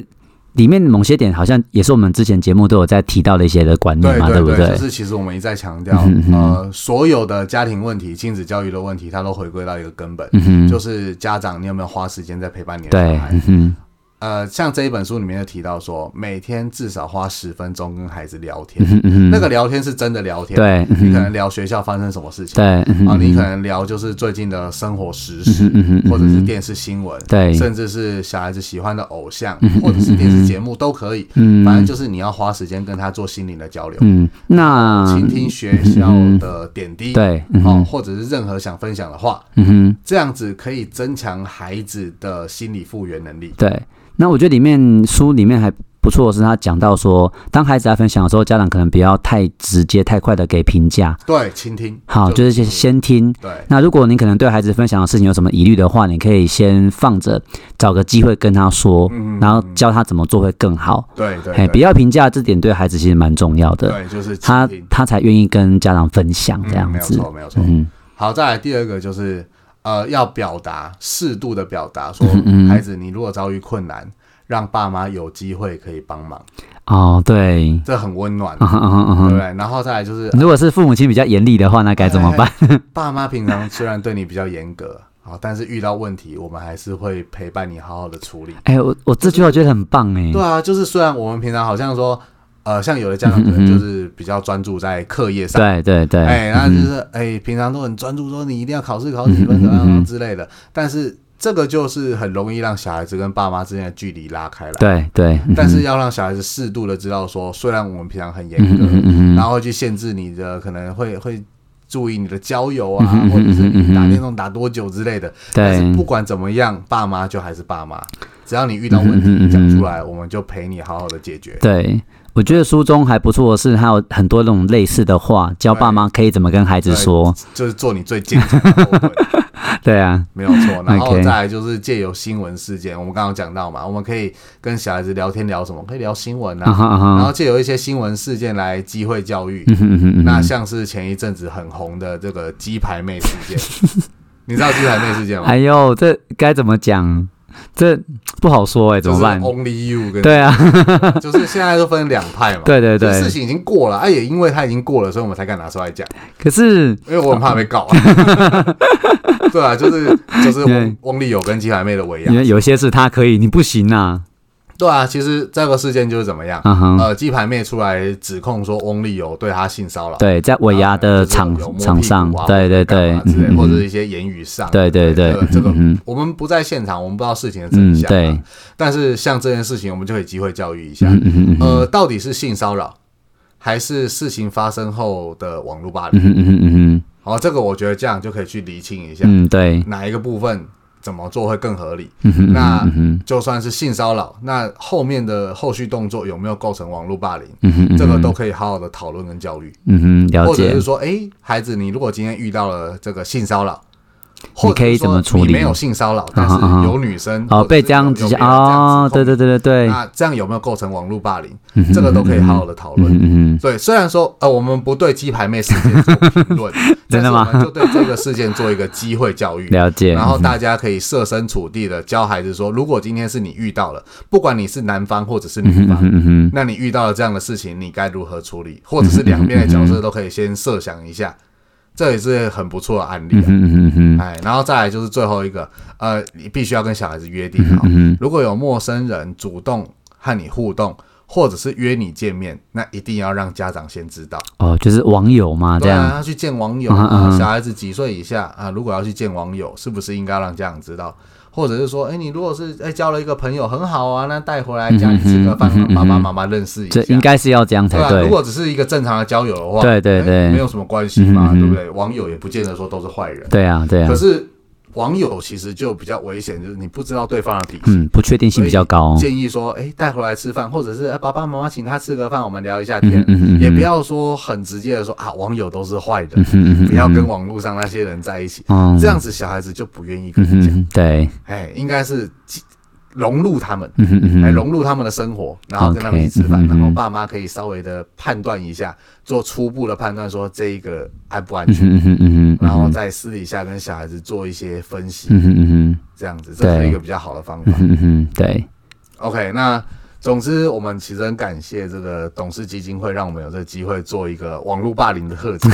Speaker 2: 里面某些点好像也是我们之前节目都有在提到的一些的观念
Speaker 1: 对
Speaker 2: 嗯嘛，
Speaker 1: 对
Speaker 2: 不
Speaker 1: 就
Speaker 2: 对？
Speaker 1: 是其实我们一再强调，
Speaker 2: 嗯哼
Speaker 1: 呃，所有的家庭问题、亲子教育的问题，它都回归到一个根本，
Speaker 2: 嗯哼，
Speaker 1: 就是家长你有没有花时间在陪伴你的
Speaker 2: 对
Speaker 1: 小，孩
Speaker 2: 嗯？哼，
Speaker 1: 呃，像这一本书里面就提到说，每天至少花十分钟跟孩子聊天
Speaker 2: 嗯，哼嗯哼，
Speaker 1: 那个聊天是真的聊天，
Speaker 2: 对，嗯
Speaker 1: 你可
Speaker 2: 哼，
Speaker 1: 能聊学校发生什么事情，
Speaker 2: 对，嗯哼
Speaker 1: 啊，你
Speaker 2: 嗯
Speaker 1: 可
Speaker 2: 哼
Speaker 1: 能聊就是最近的生活时
Speaker 2: 嗯哼
Speaker 1: 事，
Speaker 2: 嗯哼嗯
Speaker 1: 或者是
Speaker 2: 哼
Speaker 1: 电视新闻，
Speaker 2: 对，
Speaker 1: 甚至是小孩子喜欢的偶像，或者是电视节目都可以，
Speaker 2: 嗯
Speaker 1: 反正就是你要花时间跟他做心灵的交流，
Speaker 2: 嗯，那
Speaker 1: 倾听学校的点滴，
Speaker 2: 对，嗯
Speaker 1: 哦，
Speaker 2: 哼，
Speaker 1: 或者是任何想分享的话，
Speaker 2: 嗯哼，
Speaker 1: 这样子可以增强孩子的心理复原能力。
Speaker 2: 对。那我觉得里面书里面还不错的是，他讲到说，当孩子在分享的时候，家长可能不要太直接、太快的给评价，
Speaker 1: 对，倾听，
Speaker 2: 好，就是先先听。
Speaker 1: 对，
Speaker 2: 那如果你可能对孩子分享的事情有什么疑虑的话，你可以先放着，找个机会跟他说，
Speaker 1: 嗯
Speaker 2: 然后教他怎么做会更好。
Speaker 1: 对对
Speaker 2: 嘿，
Speaker 1: 对
Speaker 2: 不要评价，这点对孩子其实蛮重要的，
Speaker 1: 对，就是倾
Speaker 2: 他
Speaker 1: 听，
Speaker 2: 他才愿意跟家长分享这
Speaker 1: 嗯
Speaker 2: 样
Speaker 1: 没有
Speaker 2: 子。
Speaker 1: 错，没有错。
Speaker 2: 嗯
Speaker 1: 好，再来第二个就是呃，要表达适度的表达，说
Speaker 2: 嗯
Speaker 1: 孩子，你如果遭遇困难，让爸妈有机会可以帮忙，
Speaker 2: 哦，对，
Speaker 1: 这很温暖，
Speaker 2: 嗯哼嗯哼嗯
Speaker 1: 对不
Speaker 2: 哼。
Speaker 1: 对？哎然后再来就是
Speaker 2: 如果是父母亲比较严厉的话，那该怎么办？
Speaker 1: 爸妈平常虽然对你比较严格。好，但是遇到问题，我们还是会陪伴你，好好的处理。
Speaker 2: 哎、我我这句话觉得很棒哎、
Speaker 1: 对啊，就是虽然我们平常好像说，呃，像有的家长可
Speaker 2: 嗯
Speaker 1: 能就是比较专注在课业上，
Speaker 2: 对对对，
Speaker 1: 哎，然后就是哎，平常都很专注，说你一定要考试考几分
Speaker 2: 嗯
Speaker 1: 怎么样之类的，但是这个就是很容易让小孩子跟爸妈之间的距离拉开来。
Speaker 2: 对对，嗯
Speaker 1: 但是要让小孩子适度的知道说，虽然我们平常很严
Speaker 2: 嗯
Speaker 1: 格，
Speaker 2: 嗯嗯
Speaker 1: 然后会去限制你的，可能会会注意你的交友啊，
Speaker 2: 嗯哼
Speaker 1: 或者是
Speaker 2: 嗯哼
Speaker 1: 你打
Speaker 2: 嗯哼
Speaker 1: 电动打多久之类的，但是
Speaker 2: 对
Speaker 1: 不，管怎么样，爸妈就还是爸妈，只要你遇到问题
Speaker 2: 嗯哼嗯哼
Speaker 1: 你讲出来，我们就陪你好好的解决。
Speaker 2: 对，我觉得书中还不错的是，还有很多那种类似的话，教爸妈可以怎么跟孩子说。
Speaker 1: 就是做你最坚强的后盾。
Speaker 2: 对啊，
Speaker 1: 没有 错，然后
Speaker 2: OK
Speaker 1: 再来就是借由新闻事件，我们刚刚讲到嘛，我们可以跟小孩子聊天聊什么？可以聊新闻
Speaker 2: 啊
Speaker 1: 啊，
Speaker 2: 哈啊
Speaker 1: 然后
Speaker 2: 哈，
Speaker 1: 借由一些新闻事件来机会教育。
Speaker 2: 嗯哼嗯哼嗯
Speaker 1: 那
Speaker 2: 哼，
Speaker 1: 像是前一阵子很红的这个鸡排妹事件， 你知道鸡排妹事件吗？
Speaker 2: 哎呦，这该怎么讲？这不好说哎、怎
Speaker 1: 就是
Speaker 2: 么办？
Speaker 1: Only you 跟
Speaker 2: 对啊，
Speaker 1: 就是现在都分两派嘛。
Speaker 2: 对对
Speaker 1: 就
Speaker 2: 对
Speaker 1: 事情已经过了，啊，也因为它已经过了，所以我们才敢拿出来讲，
Speaker 2: 可是
Speaker 1: 因为我很怕被告 啊。对啊，就是就是翁
Speaker 2: 对
Speaker 1: 翁立友跟鸡排妹的围
Speaker 2: 因
Speaker 1: 养。
Speaker 2: 为有些事他可以，你不行呐、
Speaker 1: 对啊，其实这个事件就是怎么样？
Speaker 2: 啊哈，
Speaker 1: 呃，鸡排妹出来指控说翁立友对她性骚扰，
Speaker 2: 对，在尾牙的
Speaker 1: 啊
Speaker 2: 场
Speaker 1: 就是有摸屁股啊
Speaker 2: 场上，对对对
Speaker 1: 干嘛，之类
Speaker 2: 嗯
Speaker 1: 或者
Speaker 2: 嗯
Speaker 1: 是一些言语上，
Speaker 2: 对对对
Speaker 1: 这个这个
Speaker 2: 嗯嗯
Speaker 1: 我们不在现场，我们不知道事情的真
Speaker 2: 嗯，
Speaker 1: 相，啊
Speaker 2: 对，，
Speaker 1: 但是像这件事情，我们就有机会教育一下，
Speaker 2: 嗯嗯嗯嗯嗯
Speaker 1: 呃，到底是性骚扰还是事情发生后的网络霸凌？
Speaker 2: 嗯嗯嗯
Speaker 1: 好，这个我觉得这样就可以去厘清一下
Speaker 2: 嗯，对，
Speaker 1: 哪一个部分怎么做会更合理。
Speaker 2: 嗯哼嗯
Speaker 1: 那
Speaker 2: 哼嗯
Speaker 1: 就算是性骚扰，那后面的后续动作有没有构成网络霸凌？
Speaker 2: 嗯哼嗯哼
Speaker 1: 这个都可以好好的讨论跟教育，
Speaker 2: 嗯哼了
Speaker 1: 或者
Speaker 2: 解
Speaker 1: 是，说，哎、孩子，你如果今天遇到了这个性骚扰，或者是说
Speaker 2: 可以怎么处理啊
Speaker 1: 你没有性骚扰，但是有女生
Speaker 2: 哦，被这样
Speaker 1: 子
Speaker 2: 子哦，对对对对对，
Speaker 1: 那这样有没有构成网络霸凌？
Speaker 2: 嗯哼
Speaker 1: 这个都可以好好的讨
Speaker 2: 嗯
Speaker 1: 论。
Speaker 2: 哼嗯
Speaker 1: 对，虽然说呃，我们不对鸡排妹事件做评论，但
Speaker 2: 真
Speaker 1: 是
Speaker 2: 的
Speaker 1: 我
Speaker 2: 吗
Speaker 1: 们就对这个事件做一个机会教育
Speaker 2: 嗯哼，。了解，
Speaker 1: 然后大家可以设身处地的教孩子说，如果今天是你遇到了，不管你是男方或者是女
Speaker 2: 嗯
Speaker 1: 方，
Speaker 2: 哼嗯哼。
Speaker 1: 那你遇到了这样的事情，你该如何处理，或者是两边的角色都可以先设想一下。这也是很不错的案例
Speaker 2: 嗯
Speaker 1: 啊。
Speaker 2: 哼嗯哼嗯哼，
Speaker 1: 哎，然后再来就是最后一个，呃，你必须要跟小孩子约定
Speaker 2: 嗯
Speaker 1: 好，如果有陌生人主动和你互动，或者是约你见面，那一定要让家长先知道。
Speaker 2: 哦，就是网友嘛，这
Speaker 1: 对啊，
Speaker 2: 样，
Speaker 1: 他去见网友，
Speaker 2: 嗯哼嗯
Speaker 1: 啊
Speaker 2: 哼
Speaker 1: 小孩子几岁以下啊？如果要去见网友，是不是应该让家长知道？或者是说，哎，你如果是哎交了一个朋友很好啊，那带回来家里吃个饭，
Speaker 2: 嗯哼
Speaker 1: 让
Speaker 2: 嗯哼
Speaker 1: 爸爸妈妈认识一下
Speaker 2: 嗯这。应该是要这样才
Speaker 1: 对啊，
Speaker 2: 对
Speaker 1: 如。果只是一个正常的交友的话，
Speaker 2: 对对
Speaker 1: 哎
Speaker 2: 对
Speaker 1: 没有什么关系嘛，
Speaker 2: 嗯哼嗯哼
Speaker 1: 对不对？网友也不见得说都是坏人。
Speaker 2: 对啊，对啊
Speaker 1: 可，是网友其实就比较危险，就是你不知道对方的底细。
Speaker 2: 嗯，不确定性比较高。
Speaker 1: 建议说，哎、带回来吃饭，或者是、哎爸爸妈妈请他吃个饭，我们聊一下
Speaker 2: 嗯
Speaker 1: 天，
Speaker 2: 嗯嗯嗯
Speaker 1: 也不要说很直接的说啊，网友都是坏人，
Speaker 2: 嗯嗯
Speaker 1: 不要跟网络上那些人在一起，
Speaker 2: 嗯，
Speaker 1: 这样子小孩子就不愿意跟
Speaker 2: 嗯
Speaker 1: 你讲，
Speaker 2: 哼，对，
Speaker 1: 哎、应该是融入他们。
Speaker 2: 嗯哼嗯
Speaker 1: 来
Speaker 2: 哼，
Speaker 1: 融入他们的生活，然后跟他们一起吃
Speaker 2: OK，
Speaker 1: 饭
Speaker 2: 嗯嗯嗯
Speaker 1: 然后爸妈可以稍微的判断一下，做初步的判断，说这一个安不安
Speaker 2: 嗯
Speaker 1: 全，
Speaker 2: 哼嗯哼嗯哼，
Speaker 1: 然后在私底下跟小孩子做一些分析，
Speaker 2: 嗯哼嗯哼
Speaker 1: 这样子，这是
Speaker 2: 对
Speaker 1: 一个比较好的方法
Speaker 2: 嗯。哼嗯哼，对，
Speaker 1: OK，那总之我们其实很感谢这个董事基金会，让我们有这个机会做一个网络霸凌的特辑，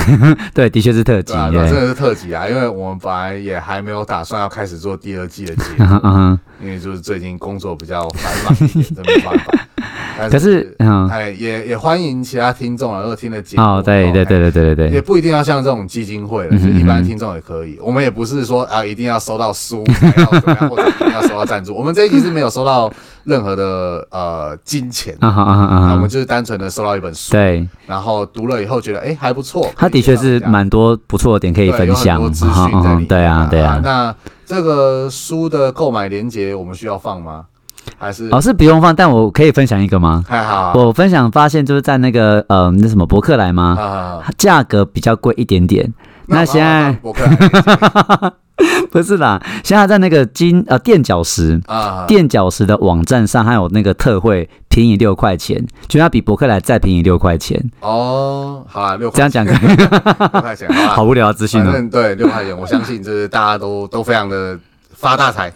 Speaker 2: 对，的确是特辑
Speaker 1: 对吧、，对啊，
Speaker 2: 对
Speaker 1: 真，的是特辑啊，因为我们本来也还没有打算要开始做第二季的节
Speaker 2: 嗯哼
Speaker 1: 目，
Speaker 2: 嗯哼，
Speaker 1: 因为就是最近工作比较繁忙一点，真没 办法。但
Speaker 2: 可是嗯，
Speaker 1: 哎，也也欢迎其他听众啊，如果听了节目，
Speaker 2: 哦，对对嗯对对对对
Speaker 1: 哎，也
Speaker 2: 对，
Speaker 1: 不一定要像这种基金会，就是一般听众也可以。我们也不是说啊，一定要收到书，才要怎么样，或者一定要收到赞助。我们这一集是没有收到任何的呃金钱。
Speaker 2: 啊哈啊哈
Speaker 1: 啊，
Speaker 2: 啊
Speaker 1: 我们
Speaker 2: 哈，
Speaker 1: 就是单纯的收到一本书，
Speaker 2: 对，
Speaker 1: 然后读了以后觉得，哎、还不错。
Speaker 2: 他的确
Speaker 1: 可以介绍一
Speaker 2: 是
Speaker 1: 下
Speaker 2: 蛮多不错的点可以
Speaker 1: 对
Speaker 2: 分
Speaker 1: 有很
Speaker 2: 享
Speaker 1: 多，资
Speaker 2: 哈
Speaker 1: 讯在里面、
Speaker 2: 对啊对啊，
Speaker 1: 那这个书的购买链接我们需要放吗？还是
Speaker 2: 哦是哦不用放，但我可以分享一个吗？
Speaker 1: 还好
Speaker 2: 我分享发现就是在那个呃那什么博客来吗？
Speaker 1: 啊？
Speaker 2: 价格比较贵一点点。那现在
Speaker 1: 我看看
Speaker 2: 不是啦，现在在那个金呃垫脚石
Speaker 1: 啊，
Speaker 2: 垫脚石的网站上还有那个特惠，便宜六块钱，就它比博客来再便宜六块钱。
Speaker 1: 哦，好啦，六
Speaker 2: 这
Speaker 1: 块
Speaker 2: 样讲
Speaker 1: 六块钱， 好
Speaker 2: 好
Speaker 1: 啦，
Speaker 2: 无聊的资讯
Speaker 1: 反
Speaker 2: 哦。
Speaker 1: 正对六块钱，我相信就是大家都都非常的发大 财，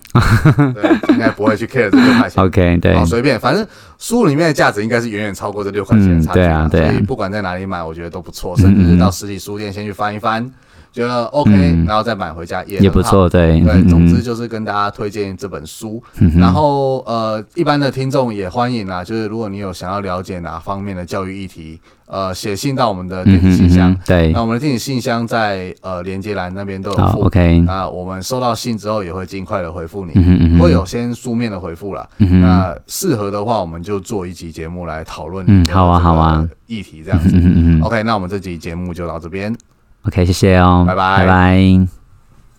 Speaker 1: 对，应该不会去 care 这六块钱。
Speaker 2: OK，对
Speaker 1: 啊好，，随便，反正书里面的价值应该是远远超过这六块钱的差距啦、
Speaker 2: 嗯对啊对啊嗯
Speaker 1: 所以不管在哪里买，我觉得都不错，甚至是到实体书店先去翻一翻，觉得 OK，、然后再买回家也
Speaker 2: 嗯也
Speaker 1: 也
Speaker 2: 不。错，对，
Speaker 1: 对，
Speaker 2: 嗯
Speaker 1: 总之
Speaker 2: 嗯
Speaker 1: 就是跟大家推荐这本书，然后呃，一般的听众也欢迎啦，就是如果你有想要了解哪方面的教育议题，呃，写信到我们的
Speaker 2: 嗯
Speaker 1: 电子
Speaker 2: 哼
Speaker 1: 信
Speaker 2: 嗯
Speaker 1: 箱
Speaker 2: 哼，，对
Speaker 1: 那，我们的电子信箱在呃连接栏那边都有
Speaker 2: 好
Speaker 1: 附。
Speaker 2: ，OK，
Speaker 1: 那我们收到信之后也会尽快的回复你，
Speaker 2: 嗯哼嗯哼
Speaker 1: 会有先书面的回复啦。
Speaker 2: 嗯哼，
Speaker 1: 那适合的话，我们就做一期节目来讨论。
Speaker 2: 嗯好啊好啊，
Speaker 1: 议题这样
Speaker 2: 嗯
Speaker 1: 子。
Speaker 2: 哼嗯哼
Speaker 1: OK，那我们这期节目就到这边。
Speaker 2: ，OK，谢谢哦，
Speaker 1: 拜拜
Speaker 2: 拜拜。